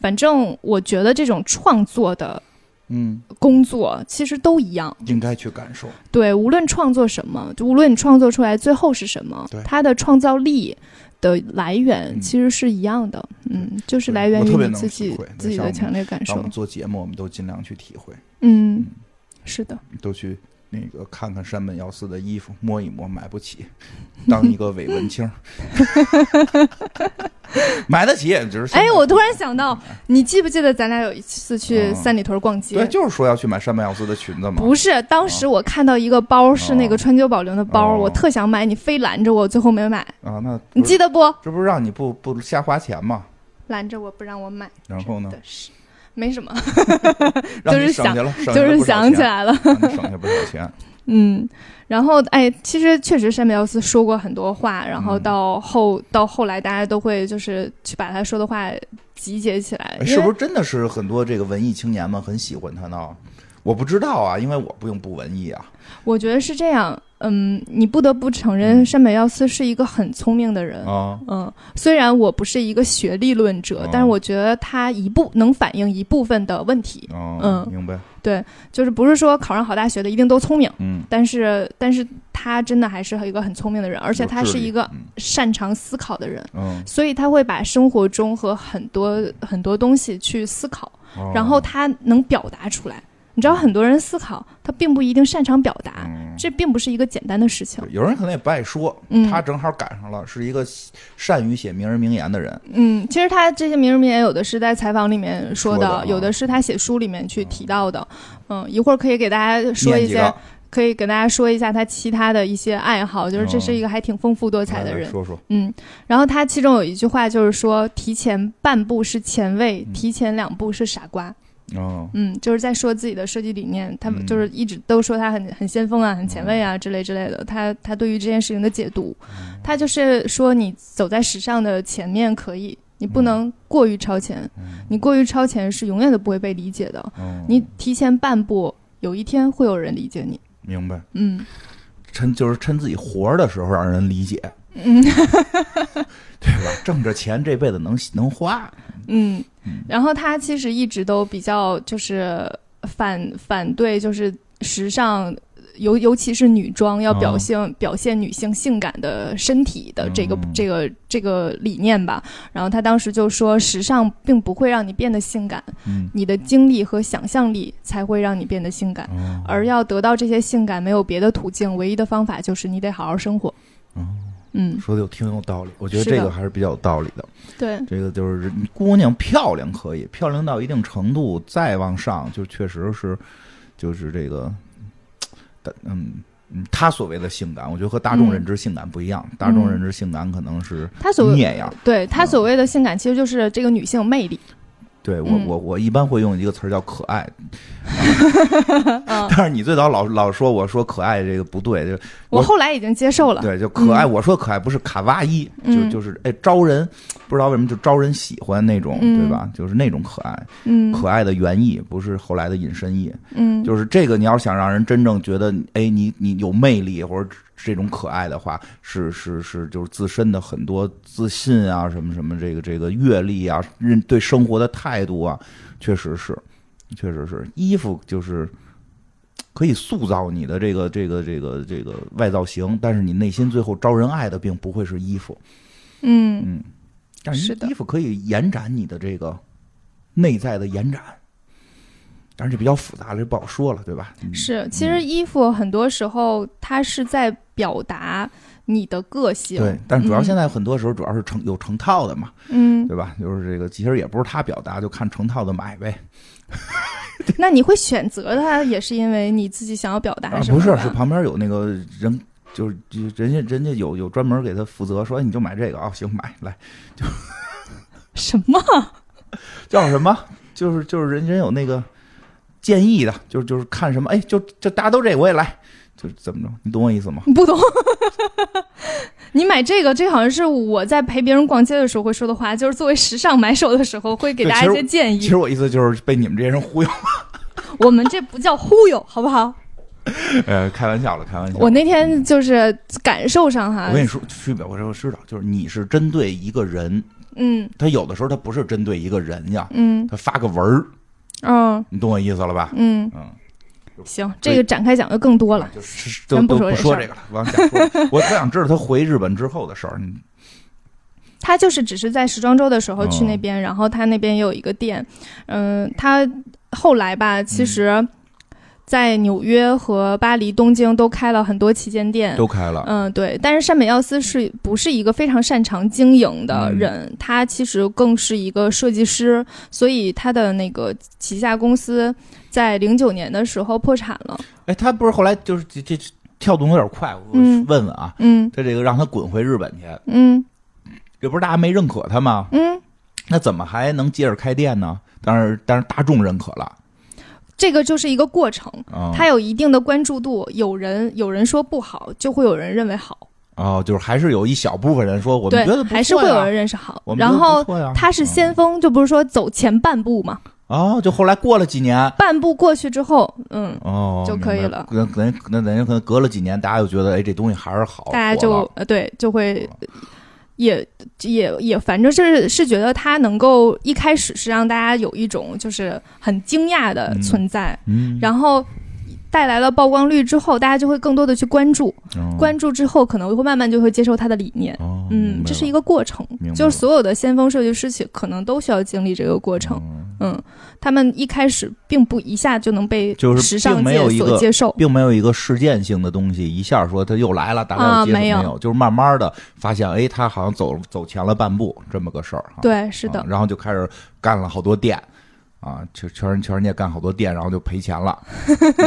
A: 反正我觉得这种创作的
B: 嗯，
A: 工作其实都一样，
B: 应该去感受。
A: 对，无论创作什么，就无论你创作出来最后是什么
B: 对，
A: 它的创造力的来源
B: 嗯
A: 其实是一样的，嗯，就是
B: 对
A: 来源
B: 我特
A: 于
B: 别
A: 你
B: 能
A: 自
B: 体
A: 己
B: 会对
A: 自己的
B: 像我们
A: 强烈感
B: 当
A: 受
B: 我们，做节目，我们都尽量去体会，
A: 嗯
B: 嗯，
A: 是的，
B: 都去那个看看山本耀司的衣服，摸一摸，买不起，当一个伪文 青儿，买得起，也只是
A: 哎，我突然想到，你记不记得咱俩有一次去
B: 嗯
A: 三里屯逛街？
B: 对，就是说要去买山本耀司的裙子嘛，
A: 不是，当时我看到一个包是那
B: 哦
A: 个川久保玲的包，
B: 哦
A: 我特想买，你非拦着我，最后没买。
B: 啊，那
A: 你
B: 不是
A: 记得不？
B: 这不是让你不不瞎花钱嘛？
A: 拦着我不让我买。
B: 然后呢
A: 真，的是，没什么，
B: 让你
A: 就是
B: 省
A: 想
B: 去了，
A: 就
B: 省去了
A: 是
B: 不少
A: 想起
B: 钱
A: 来了。
B: 让你省下不少 钱。
A: 嗯，然后哎，其实确实山本耀司说过很多话，然后到
B: 嗯
A: 后、到后来，大家都会就是去把他说的话集结起来
B: 哎，
A: 因
B: 是
A: 为
B: 不是真的是很多这个文艺青年们很喜欢他呢？我不知道啊，因为我不用不文艺啊。
A: 我觉得是这样。嗯，你不得不承
B: 嗯
A: 认，山本耀司是一个很聪明的人。
B: 啊，
A: 嗯，虽然我不是一个学历论者，
B: 哦
A: 但是我觉得他一部能反映一部分的问题，
B: 哦，
A: 嗯
B: 明白，
A: 就是不是说考上好大学的一定都聪明，
B: 嗯，
A: 但是但是他真的还是一个很聪明的人，而
B: 而
A: 且他是一个
B: 嗯
A: 擅长思考的人，
B: 嗯，
A: 所以他会把生活中和很多很多东西去思考，
B: 哦
A: 然后他能表达出来。你知道，很多人思考，他并不一定擅长表达，
B: 嗯
A: 这并不是一个简单的事情
B: 对。有人可能也不爱说，
A: 嗯
B: 他正好赶上了，是一个善于写名人名言的人。
A: 嗯，其实他这些名人名言有的是在采访里面说的，
B: 说的啊
A: 有的是他写书里面去提到的。嗯，一会儿可以给大家说一
B: 念几个
A: 下，可以给大家说一下他其他的一些爱好，就是这是一个还挺丰富多彩
B: 哦来
A: 的
B: 来
A: 人。
B: 说说，
A: 嗯，然后他其中有一句话就是说，提前半步是前卫，
B: 嗯
A: 提前两步是傻瓜。
B: 哦，
A: 嗯，就是在说自己的设计理念，他们
B: 嗯
A: 就是一直都说他很很先锋啊，很前卫啊之类之类的。他他对于这件事情的解读，他就是说你走在时尚的前面可以，你不能过于超前，你过于超前是永远都不会被理解的。
B: 哦
A: 你提前半步，有一天会有人理解你。
B: 明白，
A: 嗯，
B: 趁就是趁自己活着的时候让人理解，
A: 嗯，
B: 对吧？挣着钱这辈子能能花，
A: 嗯
B: 嗯，
A: 然后他其实一直都比较就是反反对，就是时尚，尤尤其是女装要表现、表现女性性感的身体的这个、
B: 哦嗯
A: 这个这个理念吧。然后他当时就说，时尚并不会让你变得性感，
B: 嗯，
A: 你的精力和想象力才会让你变得性感。
B: 哦
A: 而要得到这些性感，没有别的途径，唯一的方法就是你得好好生活。
B: 哦
A: 嗯，
B: 说的有挺有道理，我觉得
A: 是的
B: 这个还是比较有道理的。
A: 对，
B: 这个就是你姑娘漂亮可以，漂亮到一定程度再往上，就确实是，就是这个，但嗯嗯，她所谓的性感，我觉得和大众
A: 嗯
B: 认知性感不一样。大众认知性感可能是
A: 他所谓
B: 面样。
A: 对他所
B: 哦
A: 谓的性感，其实就是这个女性魅力。
B: 对我
A: 嗯
B: 我我一般会用一个词儿叫可爱，
A: 嗯，
B: 但是你最早老老说我说可爱这个不对，就我
A: 我后来已经接受了。
B: 对就可爱，
A: 嗯
B: 我说可爱不是卡哇伊，就
A: 嗯
B: 就是哎招人，不知道为什么就招人喜欢那种，
A: 嗯
B: 对吧？就是那种可爱，
A: 嗯
B: 可爱的原意不是后来的引申义。
A: 嗯，
B: 就是这个，你要是想让人真正觉得，哎，你你有魅力或者这种可爱的话，是是是，就是自身的很多自信啊，什么什么，这个这个阅历啊，认对生活的态度啊，确实是，确实是，衣服就是可以塑造你的这个这个这个这个外造型，但是你内心最后招人爱的并不会是衣服，
A: 嗯
B: 嗯，但是
A: 是的
B: 衣服可以延展你的这个内在的延展。但是这比较复杂了，这不好说了，对吧？嗯
A: 是，其实衣服很多时候它是在表达你的个性。
B: 对，但主要
A: 嗯
B: 现在很多时候主要是成有成套的嘛，
A: 嗯，
B: 对吧？就是这个其实也不是他表达，就看成套的买呗。
A: 那你会选择它，也是因为你自己想要表达
B: 啊，
A: 什么
B: 不是，
A: 吧
B: 是旁边有那个人，就是就人家人家有有专门给他负责，说哎你就买这个啊，行买来
A: 什么？
B: 叫什么？就是就是人人有那个建议的，就是就是看什么，哎，就就大家都这个我也来，就怎么着？你懂我意思吗？
A: 你不懂。 你买这个，这好像是我在陪别人逛街的时候会说的话，就是作为时尚买手的时候会给
B: 对
A: 大
B: 其
A: 家一
B: 实
A: 些建
B: 其
A: 议
B: 实。我意思就是被你们这些人忽悠。
A: 我们这不叫忽悠，好不好？
B: 呃，开玩笑了，开玩笑。
A: 我那天就是感受上哈
B: 我，跟你说区别，我说我知道，就是你是针对一个人，
A: 嗯
B: 他有的时候他不是针对一个人呀，
A: 嗯
B: 他发个文儿，
A: 嗯
B: 你懂我意思了吧？
A: 嗯，
B: 嗯，
A: 行，这个展开讲就更多了。
B: 就是都
A: 咱不
B: 都
A: 说
B: 不
A: 这
B: 说
A: 事儿
B: 这个了，往下说。我特想知道他回日本之后的事儿。你
A: 他就是只是在时装周的时候去
B: 哦
A: 那边，然后他那边也有一个店，嗯、他后来吧，
B: 嗯
A: 其实，在纽约和巴黎、东京都开了很多旗舰店。
B: 都开了，
A: 嗯，对，但是山本耀司是不是一个非常擅长经营的
B: 嗯
A: 人？他其实更是一个设计师，所以他的那个旗下公司在零九年的时候破产了。
B: 哎，他不是后来就是这这跳动有点快，我
A: 嗯
B: 问问啊，
A: 嗯
B: 他这个让他滚回日本去，
A: 嗯
B: 这不是大家没认可他吗？
A: 嗯，
B: 那怎么还能接着开店呢？当然，当然大众认可了，
A: 这个就是一个过程，
B: 嗯，
A: 它有一定的关注度，有人有人说不好，就会有人认为好。
B: 哦，就是还是有一小部分人说我们
A: 对
B: 觉得，不
A: 还是
B: 错
A: 会有
B: 呀
A: 人认识好
B: 我。们
A: 然
B: 觉得不
A: 后
B: 错啊呀嗯
A: 他是先锋，就不是说走前半步嘛，
B: 哦，就后来过了几年。
A: 半步过去之后，嗯，
B: 哦，
A: 就可以
B: 明白
A: 了
B: 可能可能可能人家可能隔了几年，大家又觉得，哎，这东西还是好，
A: 大家
B: 火
A: 就
B: 了
A: 呃对就会。也也也，反正是是觉得他能够一开始是让大家有一种就是很惊讶的
B: 嗯
A: 存在，
B: 嗯，
A: 然后带来了曝光率之后，大家就会更多的去关注，
B: 嗯
A: 关注之后可能会慢慢就会接受他的理念，
B: 哦，
A: 嗯，这是一个过程
B: 明白，
A: 就
B: 了
A: 是所有的先锋设计师其可能都需要经历这个过
B: 过
A: 程，嗯，他们一开始并不一下就能被
B: 就是
A: 时尚
B: 并没有
A: 界
B: 一
A: 所
B: 个啊
A: 接受。
B: 并没有一个事件性的东西，一下说他又来了，大家
A: 啊
B: 又接受
A: 没有
B: 有，就是慢慢的发现，哎，他好像走走前了半步，这么个事儿哈。
A: 对，是
B: 啊
A: 的，
B: 然后就开始干了好多店，啊，全全全世界干好多店，然后就赔 钱了。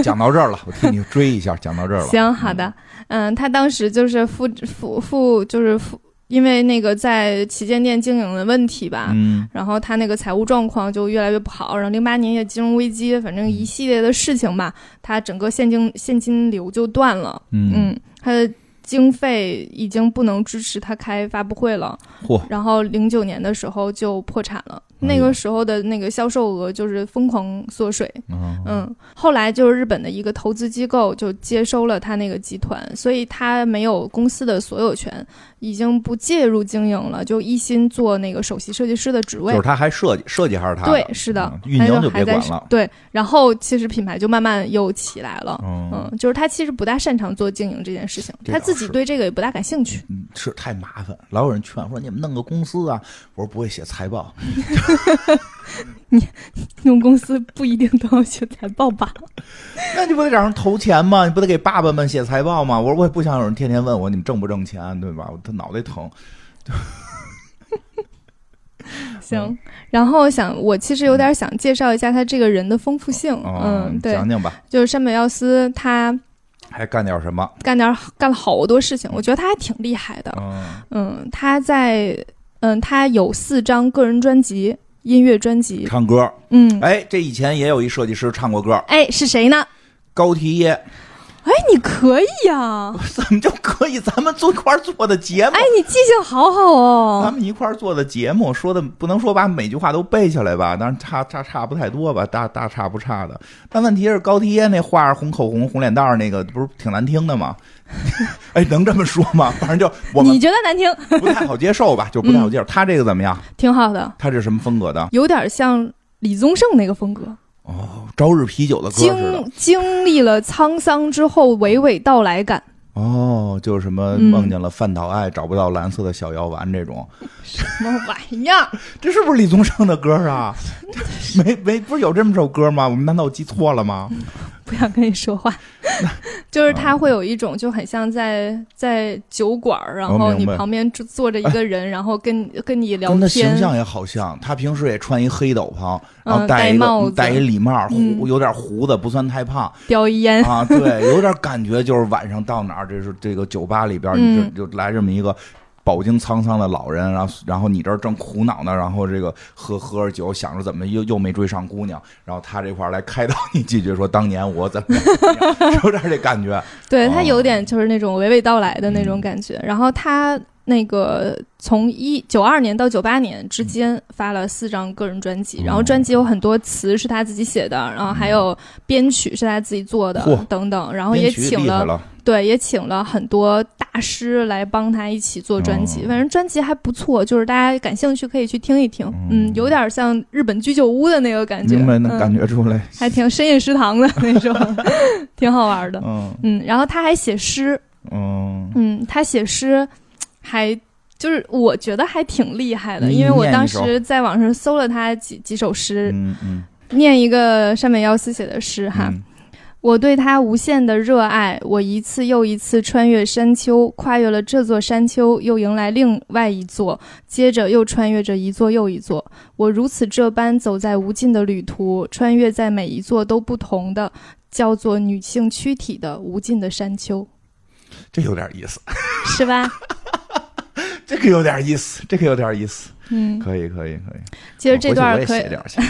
B: 讲到这儿了，我替你追一下，讲到这儿了。
A: 行，好的，嗯，他当时就是付付付，就是付，因为那个在旗舰店经营的问题吧，
B: 嗯，
A: 然后他那个财务状况就越来越不好，然后零八年也金融危机，反正一系列的事情吧，他整个现金现金流就断了，
B: 嗯嗯，
A: 嗯，他的经费已经不能支持他开发布会了，
B: 嚯，
A: 然后零九年的时候就破产了，
B: 哎呦
A: 那个时候的那个销售额就是疯狂缩水。
B: 嗯
A: 嗯，后来就是日本的一个投资机构就接收了他那个集团，所以他没有公司的所有权，已经不介入经营了，就一心做那个首席设计师的职
B: 就
A: 位
B: 是。他还设计设计还是他的
A: 对，是的
B: 嗯，运
A: 他
B: 营就
A: 还
B: 别
A: 在
B: 管了。
A: 对，然后其实品牌就慢慢又起来了。
B: 嗯，
A: 嗯，就是他其实不大擅长做经营这件事情，
B: 这
A: 他
B: 倒
A: 自己
B: 是
A: 对这个也不大感兴趣。
B: 嗯是太麻烦，老有人劝说你们弄个公司啊，我说不会写财报，
A: 用公司不一定都要学财报吧？
B: 那你不得让人投钱吗？你不得给爸爸们写财报吗？我说我也不想有人天天问我你们挣不挣钱，对吧？我他脑袋疼。嗯
A: 行，然后想我其实有点想介绍一下他这个人的丰富性，
B: 哦
A: 嗯，对，
B: 讲讲吧，
A: 就是山本耀司他
B: 还干点什么？
A: 干点儿干了好多事情，我觉得他还挺厉害的，
B: 嗯，
A: 嗯，他在嗯他有四张个人专辑，音乐专辑，
B: 唱歌。
A: 嗯，
B: 哎，这以前也有一设计师唱过歌，
A: 哎是谁呢？
B: 高缇耶。
A: 哎，你可以呀、
B: 怎么就可以？咱们坐一块儿做的节目
A: 哎，，你记性好好
B: 咱
A: 哦，
B: 们一块儿做的节目，说的不能说把每句话都背下来吧，当然差差差不太多吧，大大差不差的。但问题是高缇耶那画儿红口红红脸蛋儿那个，不是挺难听的吗？ 哎，能这么说吗？反正就我们
A: 你觉得难听，
B: 不太好接受吧，就不太好接受。他这个怎么样？
A: 挺好的，
B: 他这什么风格的？
A: 有点像李宗盛那个风格。
B: 哦，朝日啤酒的歌似的。
A: 经经历了沧桑之后，娓娓道来 感，
B: 哦，就是什么
A: 嗯
B: 梦见了饭岛爱，找不到蓝色的小药丸这种，
A: 什么玩意儿？
B: 这是不是李宗盛的歌啊？ 没没，不是有这么首歌吗？我们难道我记错了吗？
A: 不想跟你说话，就是他会有一种就很像在在酒馆儿，然后你
B: 哦明白
A: 旁边坐坐着一个人，然后跟跟你聊
B: 跟他
A: 天
B: 形，象也好像，他平时也穿一黑斗篷，然后
A: 嗯戴
B: 一个
A: 帽
B: 戴
A: 子
B: 一礼帽，
A: 嗯
B: 胡有点胡子，不算太 胖
A: 叼一烟，
B: 啊。对，有点感觉就是晚上到哪儿，这是这个酒吧里边，你
A: 嗯
B: 就就来这么一个。饱经沧桑的老人，然后然后你这儿正苦恼呢，然后这个喝喝着酒，想着怎么又又没追上姑娘，然后他这块儿来开导你几句，说当年我怎么样， 怎么样，有点这感觉。
A: 对
B: 哦嗯
A: 他有点就是那种娓娓道来的那种感觉。然后他那个从一九二年到九八年之间发了四张个人专
B: 哦
A: 辑，然后专辑有很多词是他自己写的，然后还有编曲是他自己做的
B: 嗯嚯
A: 等等，然后也请
B: 了
A: 了
B: 了，
A: 对，也请了很多大师来帮他一起做专辑，
B: 哦
A: 反正专辑还不错，就是大家感兴趣可以去听一听，
B: 嗯
A: 嗯，有点像日本居酒屋的那个感觉，
B: 明白能
A: 嗯
B: 感觉出来，
A: 还挺深夜食堂的那种， 挺好玩的。
B: 嗯
A: 嗯，然后他还写诗，
B: 嗯，
A: 嗯，他写诗还就是我觉得还挺厉害的，
B: 你
A: 因为我
B: 念一
A: 当
B: 首
A: 时在网上搜了他几几首诗，
B: 嗯嗯，
A: 念一个山本耀司写的诗哈。
B: 嗯
A: 我对他无限的热爱，我一次又一次穿越山丘，跨越了这座山丘，又迎来另外一座，接着又穿越着一座又一座。我如此这般走在无尽的旅途，穿越在每一座都不同的，叫做女性躯体的无尽的山丘，
B: 这有点意思，
A: 是吧？
B: 这个有点意思，这个有点意思，
A: 嗯，
B: 可以可以可以，
A: 其实这段
B: 哦回去
A: 可
B: 我
A: 以
B: 也写，点儿去，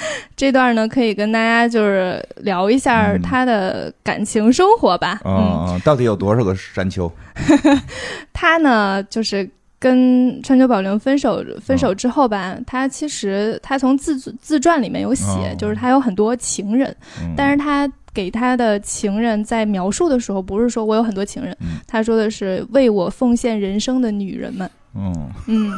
A: 这段呢可以跟大家就是聊一下
B: 嗯
A: 他的感情生活吧。嗯，
B: 嗯嗯，到底有多少个山丘？
A: 他呢，就是跟川久保玲分手分
B: 哦
A: 手之后吧，他其实他从自自传里面有写，
B: 哦
A: 就是他有很多情人，
B: 嗯
A: 但是他给他的情人在描述的时候，不是说我有很多情人，
B: 嗯
A: 他说的是为我奉献人生的女人们。
B: 嗯，
A: 嗯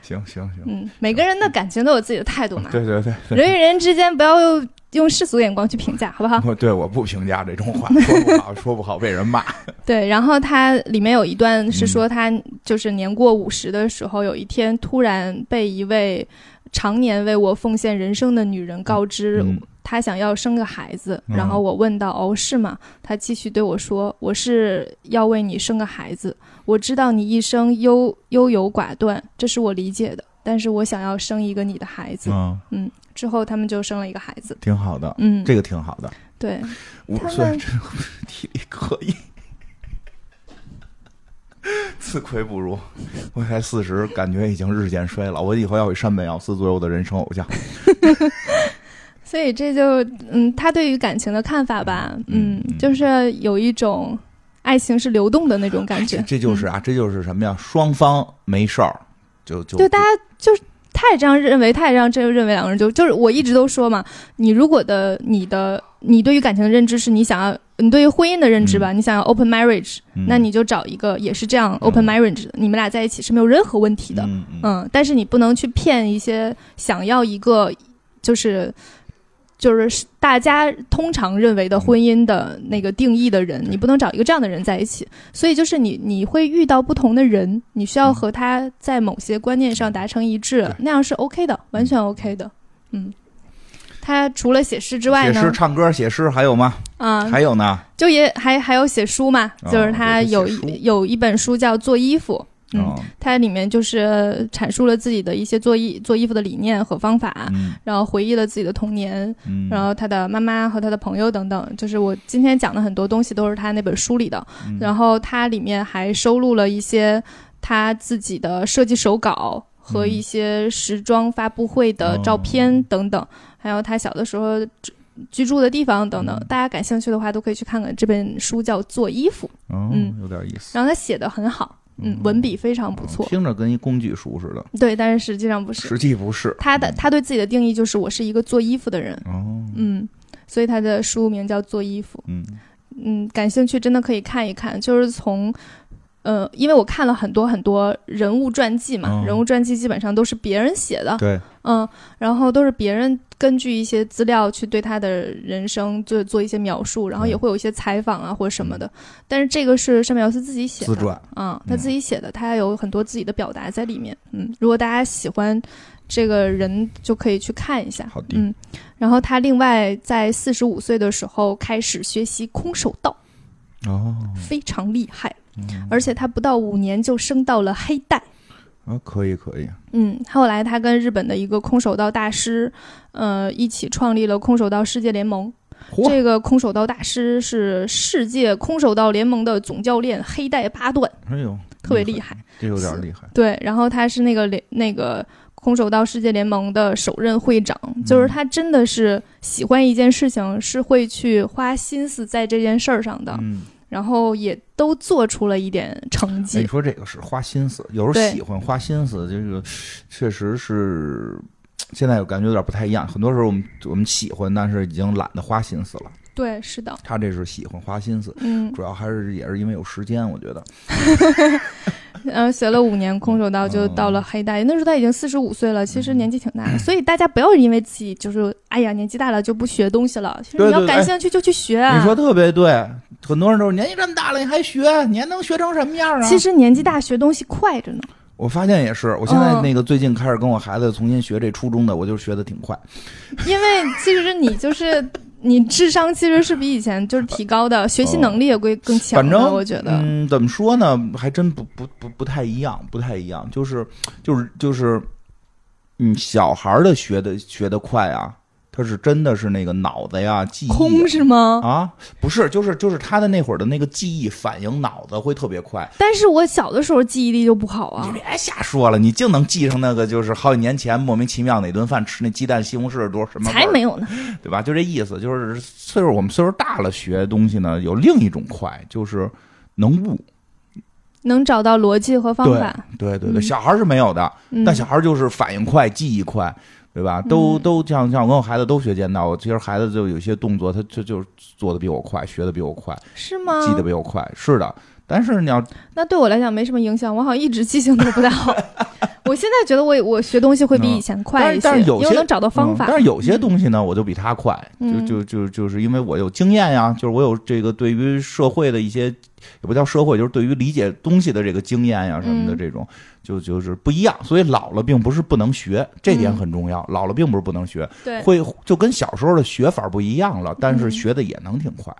B: 行行行，
A: 嗯，每个人的感情都有自己的态度嘛，
B: 对对对，
A: 人与人之间不要用用世俗眼光去评价，好不好？
B: 我对我不评价这种话，说不好说不好被 人骂，
A: 对，然后他里面有一段是
B: 嗯
A: 说，他就是年过五十的时候，有一天突然被一位常年为我奉献人生的女人告知，
B: 嗯
A: 她想要生个孩子。
B: 嗯
A: 然后我问到：“哦，是吗？”他继续对我说：“我是要为你生个孩子。我知道你一生优优柔寡断，这是我理解的。但是我想要生一个你的孩子。
B: 嗯，
A: 之后他们就生了一个孩子。
B: 挺好的，
A: 嗯，
B: 这个挺好的，
A: 对，
B: 五
A: 他
B: 十岁
A: 们
B: 这个体力可以， 自愧不如。我才四十，感觉已经日渐衰老。我以后要以山本耀司作为我的人生偶像。
A: 所以这就嗯，他对于感情的看法吧，
B: 嗯
A: 嗯，
B: 嗯
A: 就是有一种爱情是流动的那种感觉
B: 这，这就是啊，这就是什么呀？双方没事儿，就就
A: 嗯就大家就是。他也这样认为，他也这样这认为，两个人就就是我一直都说嘛，你如果的你的你对于感情的认知是你想要你对于婚姻的认知吧，你想要 open marriage，、
B: 嗯
A: 那你就找一个也是这样 open marriage，的、你们俩在一起是没有任何问题的，
B: 嗯嗯
A: 嗯，但是你不能去骗一些想要一个就是就是大家通常认
B: 嗯
A: 为的婚姻的那个定义的人，你不能找一个这样的人在一起。所以就是你你会遇到不同的人，你需要和他在某些观念上达成一致
B: 嗯对，
A: 那样是 OK 的，完全 OK 的。嗯，他除了写诗之外
B: 写诗、
A: 呢，
B: 唱歌、写诗还有吗？
A: 啊，
B: 还有呢？
A: 就也还还有写书嘛，
B: 哦
A: 就是
B: 对
A: 他
B: 他写
A: 有
B: 书
A: 一有一本书叫《做衣服》。嗯，
B: 哦
A: 它里面就是阐述了自己的一些做衣做衣服的理念和方法，
B: 嗯
A: 然后回忆了自己的童年，
B: 嗯，
A: 然后他的妈妈和他的朋友等等。就是我今天讲的很多东西都是他那本书里的，
B: 嗯
A: 然后它里面还收录了一些他自己的设计手稿和
B: 嗯
A: 一些时装发布会
B: 哦
A: 的照片等等，还有他小的时候居。居住的地方等等，
B: 嗯
A: 大家感兴趣的话都可以去看看这本书，叫《做衣服》，
B: 哦
A: 嗯
B: 有点意思，
A: 然后他写的很好，嗯，文笔非常不
B: 嗯
A: 错，
B: 听着跟一工具书似的，
A: 对，但是实际上不是，
B: 实际不是。
A: 他的他对自己的定义就是我是一个做衣服的人，
B: 哦，
A: 嗯，所以他的书名叫做衣服，
B: 嗯
A: 嗯，感兴趣真的可以看一看，就是从。呃，因为我看了很多很多人物传记嘛，
B: 嗯
A: 人物传记基本上都是别人写的，
B: 对，
A: 嗯，然后都是别人根据一些资料去对他的人生就做一些描述，然后也
B: 嗯
A: 会有一些采访啊或者什么的，但是这个是山本耀司自己写的，
B: 自传。
A: 嗯，他自己写的，他有很多自己的表达在里面。嗯，如果大家喜欢这个人，就可以去看一下。
B: 好的
A: 嗯，然后他另外在四十五岁的时候开始学习空手道，
B: 哦，
A: 非常厉害，
B: 嗯
A: 而且他不到五年就升到了黑带。
B: 啊，可以可以，
A: 嗯，后来他跟日本的一个空手道大师，呃，一起创立了空手道世界联盟。
B: 嚯
A: 这个空手道大师是世界空手道联盟的总教练，黑带八段，
B: 哎呦，
A: 特别厉害。
B: 这有点厉害。
A: 对，然后他是那个联那个空手道世界联盟的首任会长，
B: 嗯
A: 就是他真的是喜欢一件事情，是会去花心思在这件事儿上的。
B: 嗯，
A: 然后也都做出了一点成
B: 哎你
A: 绩。
B: 说这个是花心思，有时候
A: 对
B: 喜欢花心思，这个确实是。现在我感觉有点不太一样，很多时候我们我们喜欢，但是已经懒得花心思了。
A: 对，是的，
B: 他这是喜欢花心思，
A: 嗯
B: 主要还是也是因为有时间，我觉得。
A: 嗯，学了五年空手道，
B: 哦
A: 就到了黑带。那时候他已经四十五岁了，其实
B: 嗯
A: 年纪挺大的，所 以大家不要因为自己就是哎呀年纪大了就不学东西了，其实
B: 对
A: 你要
B: 对
A: 感
B: 哎
A: 兴趣就去学啊。
B: 你说特别对，很多人都是年纪这么大了，你还学，你还能学成什么样啊？
A: 其实年纪大学东西快着呢。
B: 我发现也是，我现在
A: 嗯
B: 那个最近开始跟我孩子重新学这初中的，我就学的挺快。
A: 因为其实你就是你智商其实是比以前就是提高的，学习能力也会更强
B: 哦反
A: 了。
B: 正
A: 我觉得，
B: 嗯，怎么说呢，还真不不不不太一样，不太一样，就是就是就是，嗯，小孩儿的学的学的快啊，他是真的是那个脑子呀记忆啊
A: 空是吗？
B: 啊，不是，就是就是他的那会儿的那个记忆反应脑子会特别快。
A: 但是我小的时候记忆力就不好啊。
B: 你别瞎说了，你净能记上那个就是好几年前莫名其妙哪顿饭吃那鸡蛋西红柿多什么味儿
A: 才没有呢，
B: 对吧？就这意思，就是岁数我们岁数大了学东西呢，有另一种快，就是能悟。
A: 能找到逻辑和方法。
B: 对对对，
A: 嗯
B: 小孩儿是没有的，
A: 嗯，
B: 但小孩儿就是反应快、记忆快，对吧？都都像像我跟我孩子都学剑道，我其实孩子就有些动作，他就就做的比我快，学的比我快，
A: 是吗？
B: 记得比我快，是的。但是你要
A: 那对我来讲没什么影响，我好像一直记性都不太 好。我现在觉得我我学东西会比以前快一些，
B: 嗯但是但是有些
A: 因为我能找到方法。
B: 嗯但是有些东西呢，我就比他快，
A: 嗯
B: 就就就就是因为我有经验呀，就是我有这个对于社会的一些，也不叫社会，就是对于理解东西的这个经验呀什么的
A: 嗯
B: 这种，就就是不一样。所以老了并不是不能学，这点
A: 嗯
B: 很重要。老了并不是不能学，
A: 对，
B: 会就跟小时候的学法不一样了，但是
A: 嗯
B: 学的也能挺快。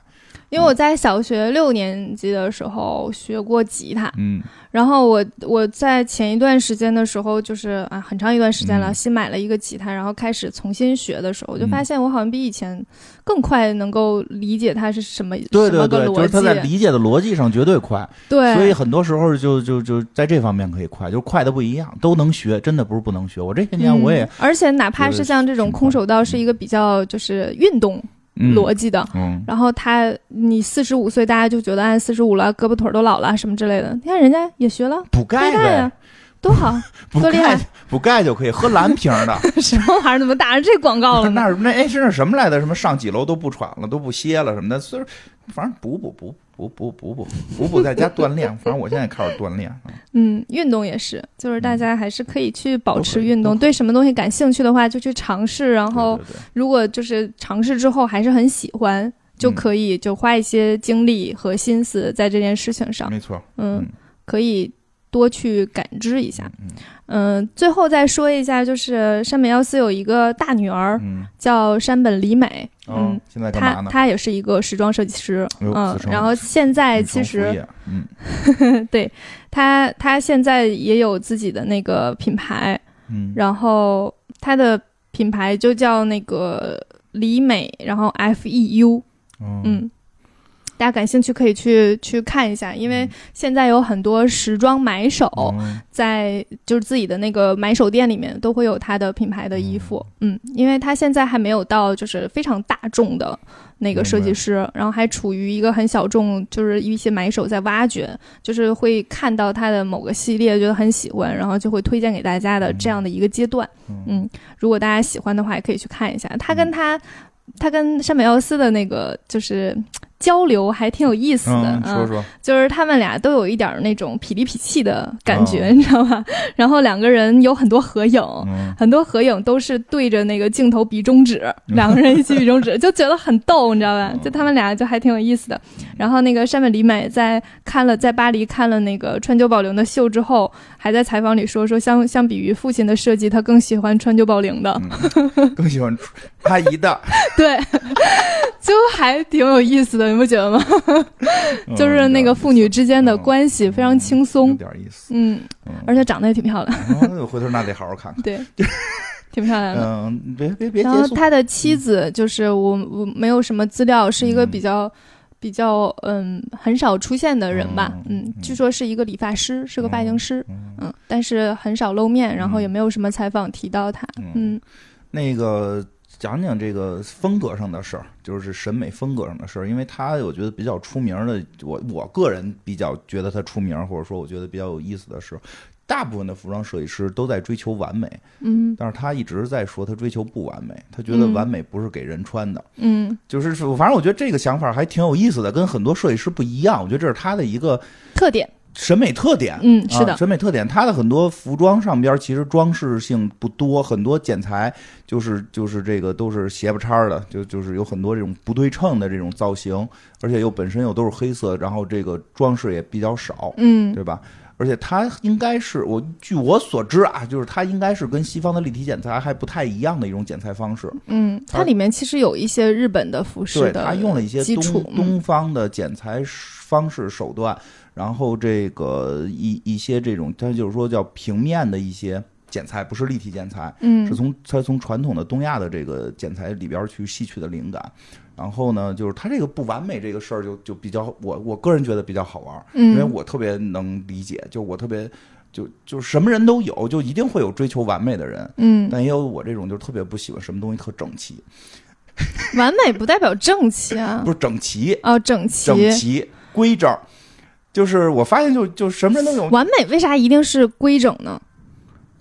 A: 因为我在小学六年级的时候学过吉他，
B: 嗯
A: 然后我我在前一段时间的时候，就是啊，很长一段时间了，
B: 嗯
A: 新买了一个吉他，然后开始重新学的时候，我就
B: 嗯
A: 发现我好像比以前更快能够理解它是什么
B: 对对
A: 什
B: 对，
A: 么
B: 就
A: 个
B: 是他在
A: 逻辑。
B: 理解的逻辑上绝对快，
A: 对，
B: 所以很多时候就就就在这方面可以快，就是快的不一样，都能学，真的不是不能学。我这些年我也
A: 嗯，而且哪怕
B: 觉得
A: 是像这种
B: 挺快
A: 空手道，是一个比较就是运动
B: 嗯
A: 逻辑的。
B: 嗯，
A: 然后他，你四十五岁，大家就觉得按四十五了，胳膊腿儿都老了什么之类的。你看人家也学了，
B: 补
A: 多
B: 钙
A: 大呀
B: 呗，，
A: 多好，
B: 补
A: 多厉
B: 钙
A: 害
B: 补钙就可以，喝蓝 瓶儿的。
A: 什么玩意儿？怎么打上这广告了呢？
B: 那那哎，这是什么来的？什么上几楼都不喘了，都不歇了什么的，虽然反正补补补补补补补补补，在家锻炼。 反正我现在也开始锻炼啊。
A: 嗯，运动也是，就是大家还是可以去保
B: 嗯都
A: 持
B: 可以
A: 运
B: 都
A: 动，
B: 可以
A: 对什么东西感兴趣的话就去尝试， 然后
B: 对嗯对对
A: 如果就是尝试之后还是很喜欢，就可以就花一些精力和心思在这件事情上，
B: 没错，
A: 嗯，
B: 嗯
A: 可以多去感知一下。
B: 嗯
A: 嗯、最后再说一下，就是山本耀司有一个大女儿
B: 嗯
A: 叫山本里美，
B: 嗯
A: 嗯，，
B: 现在干嘛
A: 她
B: 呢？
A: 她也是一个时装设计师，
B: 哎呦
A: 嗯
B: 自，称
A: 然后现在
B: 女
A: 其
B: 生
A: 实
B: 副业嗯
A: 对他，他现在也有自己的那个品牌，
B: 嗯，
A: 然后他的品牌就叫那个李美，然后 F E U，
B: 嗯
A: 嗯，大家感兴趣可以去去看一下，因为现在有很多时装买手
B: 嗯
A: 在就是自己的那个买手店里面都会有他的品牌的衣服，嗯，因为他现在还没有到就是非常大众的那个设计师，然后还处于一个很小众，就是一些买手在挖掘，就是会看到他的某个系列觉得很喜欢，然后就会推荐给大家的这样的一个阶段，
B: 嗯
A: 嗯，如果大家喜欢的话，也可以去看一下。他跟他，他跟山本耀司的那个就是嗯交流还挺有意思的，
B: 嗯，说说
A: 就是他们俩都有一点儿那种痞里痞气的感觉，
B: 哦
A: 你知道吧？然后两个人有很多合影，
B: 嗯
A: 很多合影都是对着那个镜头比中 指，两个人一起比中指，就觉得很逗，你知道吧？
B: 哦
A: 就他们俩就还挺有意思的。然后那个山本里美在看了在巴黎看了那个川久保玲的秀之后，还在采访里说说相相比于父亲的设计，他更喜欢川久保玲的，
B: 嗯，更喜欢阿姨的，
A: 对， 就还挺有意思的，你不觉得吗？
B: 嗯
A: 就是那个父女之间的关系非常轻
B: 有
A: 松，
B: 点意思。
A: 嗯，
B: 嗯
A: 而且长得也挺漂亮。
B: 哦回头那得好好看看。
A: 对，挺漂亮的。
B: 嗯，别别别
A: 然
B: 结
A: 后
B: 束。
A: 他的妻子就是我，我没有什么资料，是一个
B: 嗯
A: 比较、比较嗯很少出现的人吧，嗯，
B: 嗯嗯
A: 据说是一个理发师，是个发型师，
B: 嗯
A: 嗯，但是很少露面，然后也
B: 嗯
A: 没有什么采访提到他，
B: 嗯
A: 嗯
B: 那个讲讲这个风格上的事儿，就是审美风格上的事儿，因为他我觉得比较出名的，我我个人比较觉得他出名，或者说我觉得比较有意思的是，大部分的服装设计师都在追求完美，
A: 嗯
B: 但是他一直在说他追求不完美，他觉得
A: 嗯
B: 完美不是给人穿的，
A: 嗯，
B: 就是说反正我觉得这个想法还挺有意思的，跟很多设计师不一样，我觉得这是他的一个
A: 特点，
B: 审美特点。
A: 嗯，是的，
B: 啊，审美特点，它的很多服装上边其实装饰性不多，很多剪裁就是就是这个都是斜不叉儿的，就就是有很多这种不对称的这种造型，而且又本身又都是黑色，然后这个装饰也比较少，
A: 嗯
B: 对吧？而且它应该是我据我所知啊，就是它应该是跟西方的立体剪裁还不太一样的一种剪裁方式，
A: 嗯，它
B: 它
A: 里面其实有一些日本的服
B: 对，
A: 饰的，
B: 他用了一些
A: 基
B: 东
A: 础嗯
B: 东方的剪裁方式手段，然后这个一一些这种，他就是说叫平面的一些剪裁，不是立体剪裁，
A: 嗯
B: 是从他从传统的东亚的这个剪裁里边去吸取的灵感。然后呢，就是他这个不完美这个事儿，就就比较我我个人觉得比较好玩儿，因为
A: 嗯
B: 我特别能理解，就我特别就就什么人都有，就一定会有追求完美的人，
A: 嗯，
B: 但也有我这种就特别不喜欢什么东西特整齐，
A: 完美不代表整齐啊
B: 不，是整齐，
A: 哦，整齐，
B: 整齐规整，就是我发现就就什么人都有，
A: 完美为啥一定是规整呢？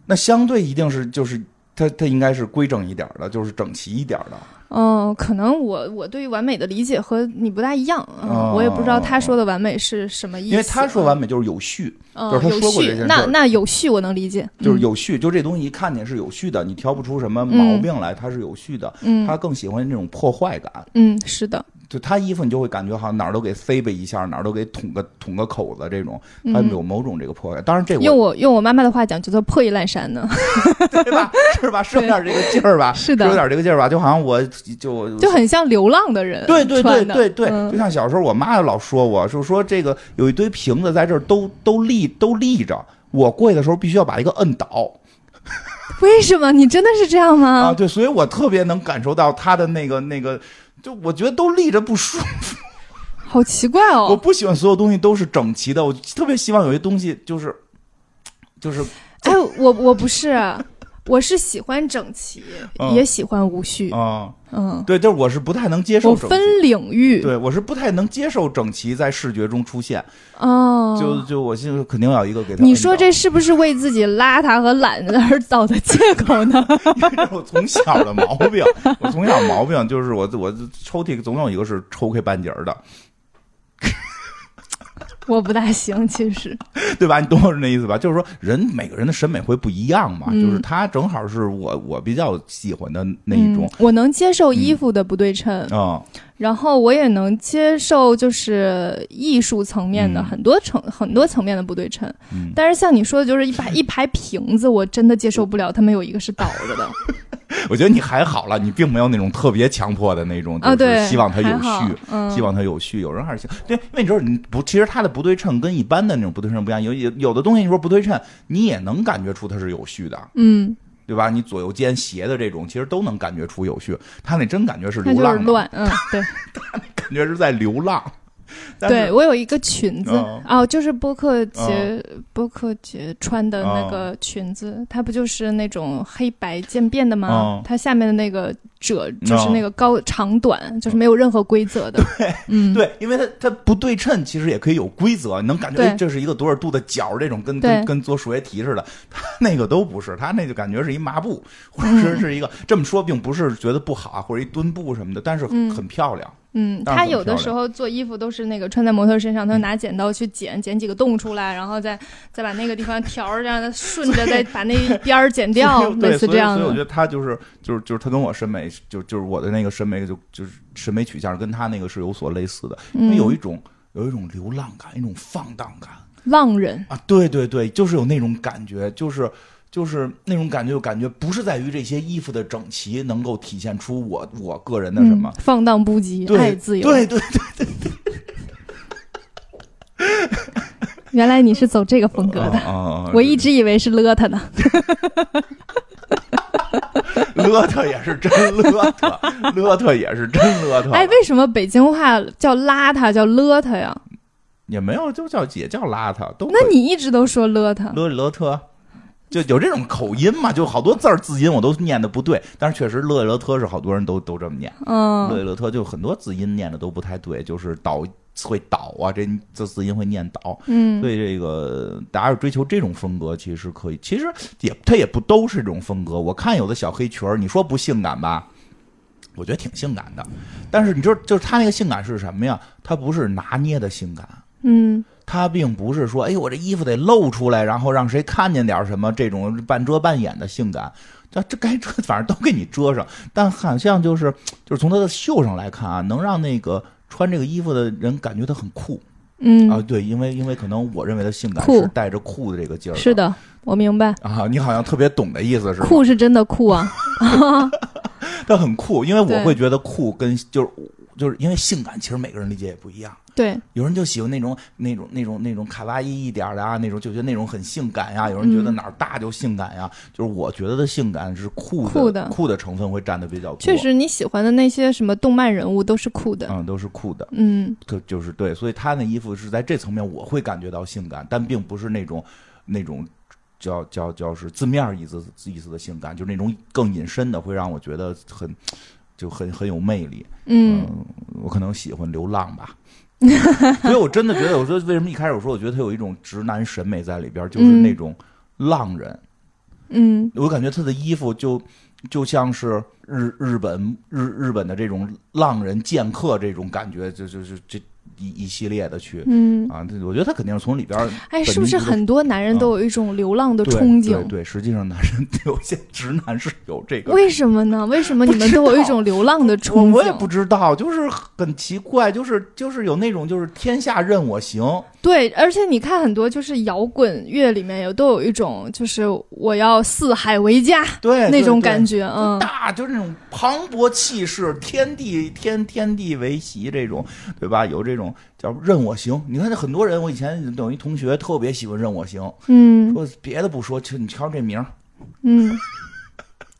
B: 那相对一定是就是它它应该是规整一点儿的，就是整齐一点儿的。
A: 嗯，可能我我对于完美的理解和你不大一样啊，
B: 哦
A: 我也不知道他说的完美是什么意思。
B: 因为他说完美就是有序，
A: 嗯，
B: 就是他
A: 有
B: 说过
A: 序
B: 这件事儿
A: 那那有序我能理解，嗯
B: 就是有序，就这东西一看见是有序的，你挑不出什么毛病来，它是有序的。
A: 嗯
B: 他
A: 嗯
B: 更喜欢那种破坏感，
A: 嗯是的，
B: 就他衣服你就会感觉好像哪儿都给塞吧一下，哪儿都给捅个捅个口子这种，他
A: 嗯
B: 有某种这个破坏。当然这
A: 用
B: 哎我嗯
A: 我用我妈妈的话讲叫做破衣烂衫呢，
B: 对吧？ 是吧？是有点这个劲儿吧？
A: 是的
B: 有点这个劲儿吧？就好像我就
A: 就很像流浪的人
B: 对对对
A: 穿的
B: 对对，
A: 嗯
B: 就像小时候我妈老说我，就说这个有一堆瓶子在这儿都都立都立着，我过去的时候必须要把一个摁倒
A: 为什么你真的是这样
B: 啊，
A: 吗？
B: 对，所以我特别能感受到她的那个那个。就我觉得都立着不舒服，
A: 好奇怪
B: 我
A: 哦，
B: 不喜欢所有东西都是整齐的，我特别希望有些东西就是，就是
A: 哎，我我不是，我是喜欢整齐，
B: 嗯
A: 也喜欢无序，
B: 啊、
A: 嗯，
B: 对，就是我是不太能接受
A: 我
B: 整
A: 分
B: 齐，
A: 领域，
B: 对我是不太能接受整齐在视觉中出现，
A: 哦，
B: 就就我现在肯定要有一个给他。
A: 你说这是不是为自己邋遢和懒而找的借口呢？
B: 这是 我从小的毛病，我从小毛病就是我我抽屉总有一个是抽开半截儿的，
A: 我不大行，其实，
B: 对吧？你懂我那意思吧？就是说人每个人的审美会不一样嘛，
A: 嗯
B: 就是他正好是我我比较喜欢的那一种
A: 嗯，我能接受衣服的不对称，
B: 啊、
A: 然后我也能接受就是艺术层面的、
B: 嗯
A: 很多层很多层面的不对称。
B: 嗯
A: 但是像你说的，就是一 排一排瓶子，我真的接受不了，他们有一个是倒着的。
B: 我觉得你还好了，你并没有那种特别强迫的那种，就
A: 啊，
B: 是
A: 对，
B: 希望它有
A: 还好
B: 序。
A: 嗯，
B: 希望它有序，有人还是行。对，因为你知道，你不，其实它的不对称跟一般的那种不对称不一样。有有有的东西，你说不对称，你也能感觉出它是有序的。
A: 嗯，
B: 对吧？你左右肩斜的这种，其实都能感觉出有序。他那真感觉是
A: 那
B: 流
A: 就是
B: 浪的，
A: 乱，嗯，对。
B: 感觉是在流浪。但是
A: 对，我有一个裙子
B: 哦
A: 哦，就是播客节播客节穿的那
B: 哦
A: 个裙子，它不就是那种黑白渐变的吗
B: 哦？
A: 它下面的那个褶就是
B: 哦
A: 那个高长短，就是没有任何规则的。嗯，
B: 对，因为它它不对称，其实也可以有规则，你能感觉
A: 对
B: 哎这是一个多少度的角，这种跟
A: 对
B: 跟跟做数学题似的。他那个都不是，他那就感觉是一麻布，或
A: 嗯
B: 者是是一个、这么说，并不是觉得不好啊，或者一墩布什么的，但是很,、
A: 嗯
B: 漂亮。嗯
A: 嗯，
B: 但是
A: 他
B: 很
A: 有的
B: 漂
A: 时候做衣服都是那个穿在模特身上，他就拿剪刀去剪，剪几个洞出来，然后再再把那个地方条儿这样的顺 着，再把那一边儿剪掉，
B: 对，
A: 类似
B: 所以
A: 这样
B: 所以我觉
A: 的。
B: 得他就是就是就是他跟我审美就就是我的那个审美就就是审美取向跟他那个是有所类似的，因为
A: 嗯
B: 有一种有一种流浪感，一种放荡感
A: 浪人，
B: 啊，对对对，就是有那种感觉，就是就是那种感觉，就感觉不是在于这些衣服的整齐能够体现出我我个人的什么
A: 嗯，，放荡不羁，
B: 对
A: 爱自由。
B: 对对
A: 原来你是走这个风格的，
B: 对，啊
A: 我一直以为是邋遢呢。
B: 邋遢也是真邋 遢，邋遢也是真邋遢，
A: 哎，为什么北京话叫邋遢叫邋遢呀？
B: 也没有就叫也叫邋遢，都
A: 那
B: 可以
A: 你一直都说邋遢，
B: 邋里邋遢。就有这种口音嘛，就好多字儿字音我都念的不对，但是确实勒勒特是好多人都都这么念，勒
A: 嗯，
B: 勒特就很多字音念的都不太对，就是倒会倒啊，这这字音会念倒，所
A: 嗯，
B: 以这个大家要追求这种风格，其实可以，其实也它也不都是这种风格。我看有的小黑裙儿，你说不性感吧？我觉得挺性感的，但是你知道，就是他那个性感是什么呀？他不是拿捏的性感，
A: 嗯，
B: 他并不是说，哎呦，我这衣服得露出来，然后让谁看见点什么这种半遮半掩的性感，这这该遮，反正都给你遮上。但好像就是就是从他的秀上来看啊，能让那个穿这个衣服的人感觉他很酷啊。
A: 嗯，
B: 对，因为因为可能我认为的性感
A: 酷
B: 是带着酷的这个劲儿。
A: 是的，我明白，
B: 啊，你好像特别懂的意思是吧，
A: 酷是真的酷 啊，
B: 他很酷，因为我
A: 对
B: 会觉得酷跟就是就是因为性感，其实每个人理解也不一样。
A: 对，
B: 有人就喜欢那种那种那种那种卡哇伊一点儿的啊，那种就觉得那种很性感呀、有人觉得
A: 嗯
B: 哪儿大就性感呀、就是我觉得的性感是酷的
A: 酷的
B: 成分会占的比较多。
A: 确，实你喜欢的那些什么动漫人物都是酷的，
B: 嗯，都是酷的，
A: 嗯
B: 就就是对，所以他那衣服是在这层面我会感觉到性感，但并不是那种那种。叫叫叫是字面意思意思的性感，就是那种更隐身的，会让我觉得很就很很有魅力。啊
A: 嗯，
B: 呃我可能喜欢流浪吧。 所以我真的觉得，我说为什么一开始我说我觉得他有一种直男审美在里边儿，就是
A: 嗯
B: 那种浪人。
A: 嗯
B: 我感觉他的衣服就就像是日日本日日本的这种浪人剑客这种感觉，就就就这一一系列的去。
A: 嗯，
B: 啊，这我觉得他肯定是从里边儿
A: 哎，是不是很多男人都有一种流浪的
B: 啊对
A: 憧
B: 对
A: 憬？
B: 对，实际上男人 有些直男是有这个
A: 为什么呢？为什么你们都有一种流浪的
B: 我
A: 憧
B: 我也不
A: 憬？
B: 知道，就是很奇怪，就是就是有那种就是天下任我行，
A: 对，而且你看很多就是摇滚乐里面有都有一种就是我要四海为家
B: 对
A: 那种
B: 哎觉。对
A: 感觉，
B: 就
A: 嗯
B: 大就是那种磅礴气势，天地天天地为席这种，对吧？有这种叫任我行。你看这很多人，我以前有一同学特别喜欢任我行，
A: 嗯
B: 说别的不说，就你瞧这名儿
A: 嗯，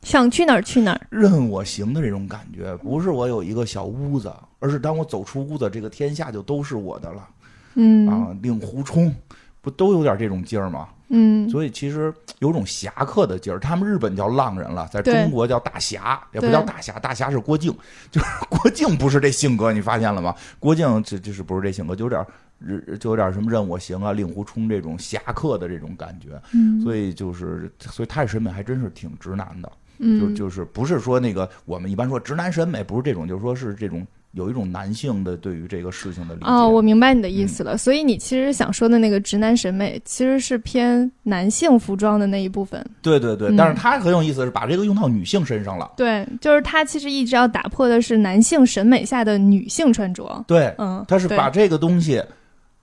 A: 想去哪儿去哪儿，
B: 任我行的这种感觉，不是我有一个小屋子，而是当我走出屋子，这个天下就都是我的了
A: 嗯
B: 啊！令狐冲不都有点这种劲儿吗？
A: 嗯，
B: 所以其实有种侠客的劲儿，他们日本叫浪人了，在
A: 对
B: 中国叫大侠，也不
A: 对
B: 叫大侠，大侠是郭靖， 就是郭靖不是这性格，你发现了吗？郭靖这这是不是这性格，就有点儿日就有点儿什么任我行啊、令狐冲这种侠客的这种感觉，
A: 嗯
B: 所以就是所以他的审美还真是挺直男的，就
A: 嗯
B: 就是不是说那个我们一般说直男审美不是这种，就是说是这种有一种男性的对于这个事情的理解。嗯
A: 哦，我明白你的意思了。所以你其实想说的那个直男审美，其实是偏男性服装的那一部分。
B: 对对对，
A: 嗯
B: 但是他很有意思，是把这个用到女性身上了。
A: 对，就是他其实一直要打破的是男性审美下的女性穿着。
B: 对，
A: 嗯，
B: 他是
A: 对
B: 把这个东西，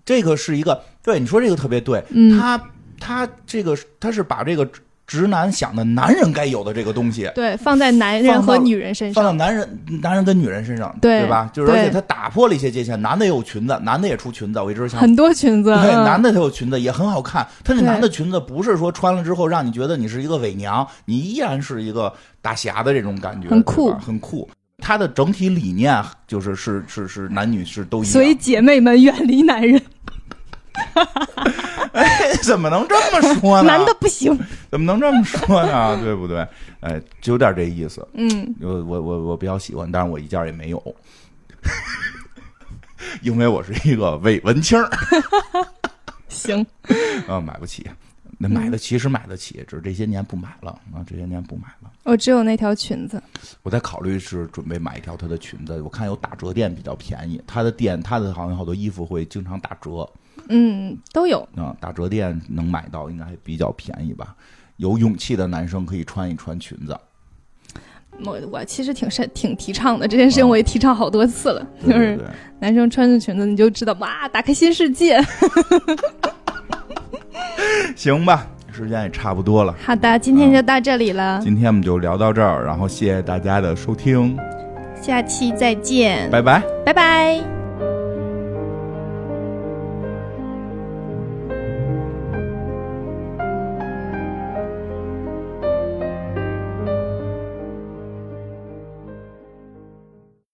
B: 这个是一个对你说这个特别对，
A: 嗯
B: 他他这个他是把这个直直男想的男人该有的这个东西。
A: 对放在男人和女人身
B: 放到
A: 上。
B: 男人、男人跟女人身上，对
A: 对
B: 吧？就是而且
A: 对
B: 他打破了一些界限，男的也有裙子，男的也出裙子。我一直想，
A: 很多裙子，
B: 对，
A: 嗯
B: 男的他有裙子也很好看。他那
A: 对
B: 男的裙子不是说穿了之后让你觉得你是一个伪娘，你依然是一个大侠的这种感觉，
A: 很
B: 对
A: 酷
B: 吧很酷。他的整体理念就是是是是男女是都一样，
A: 所以姐妹们远离男人，
B: 怎么能这么说 呢？
A: 男的不行。
B: 怎么能这么说呢？ 对不对？哎，就有点这意思。
A: 嗯，
B: 我我我我比较喜欢，但是我一件儿也没有， 因为我是一个伪文青儿，
A: 行，
B: 啊，买不起。那买得起是买得起，只是这些年不买了啊，这些年不买了。
A: 我只有那条裙子。
B: 我在考虑是准备买一条她的裙子，我看有打折店比较便宜，她的店她的好像好多衣服会经常打折，
A: 嗯，都有。
B: 啊，打折店能买到，应该还比较便宜吧。有勇气的男生可以穿一穿裙子，
A: 我我其实挺善挺提倡的这件事情，我也提倡好多次了。
B: 对
A: 就
B: 对
A: 是
B: 对。
A: 男生穿着裙子，你就知道哇，打开新世界。
B: 行吧，时间也差不多了，
A: 好的，今天就到这里了，
B: 今天我们就聊到这儿，然后谢谢大家的收听，
A: 下期再见，
B: 拜拜。
A: 拜拜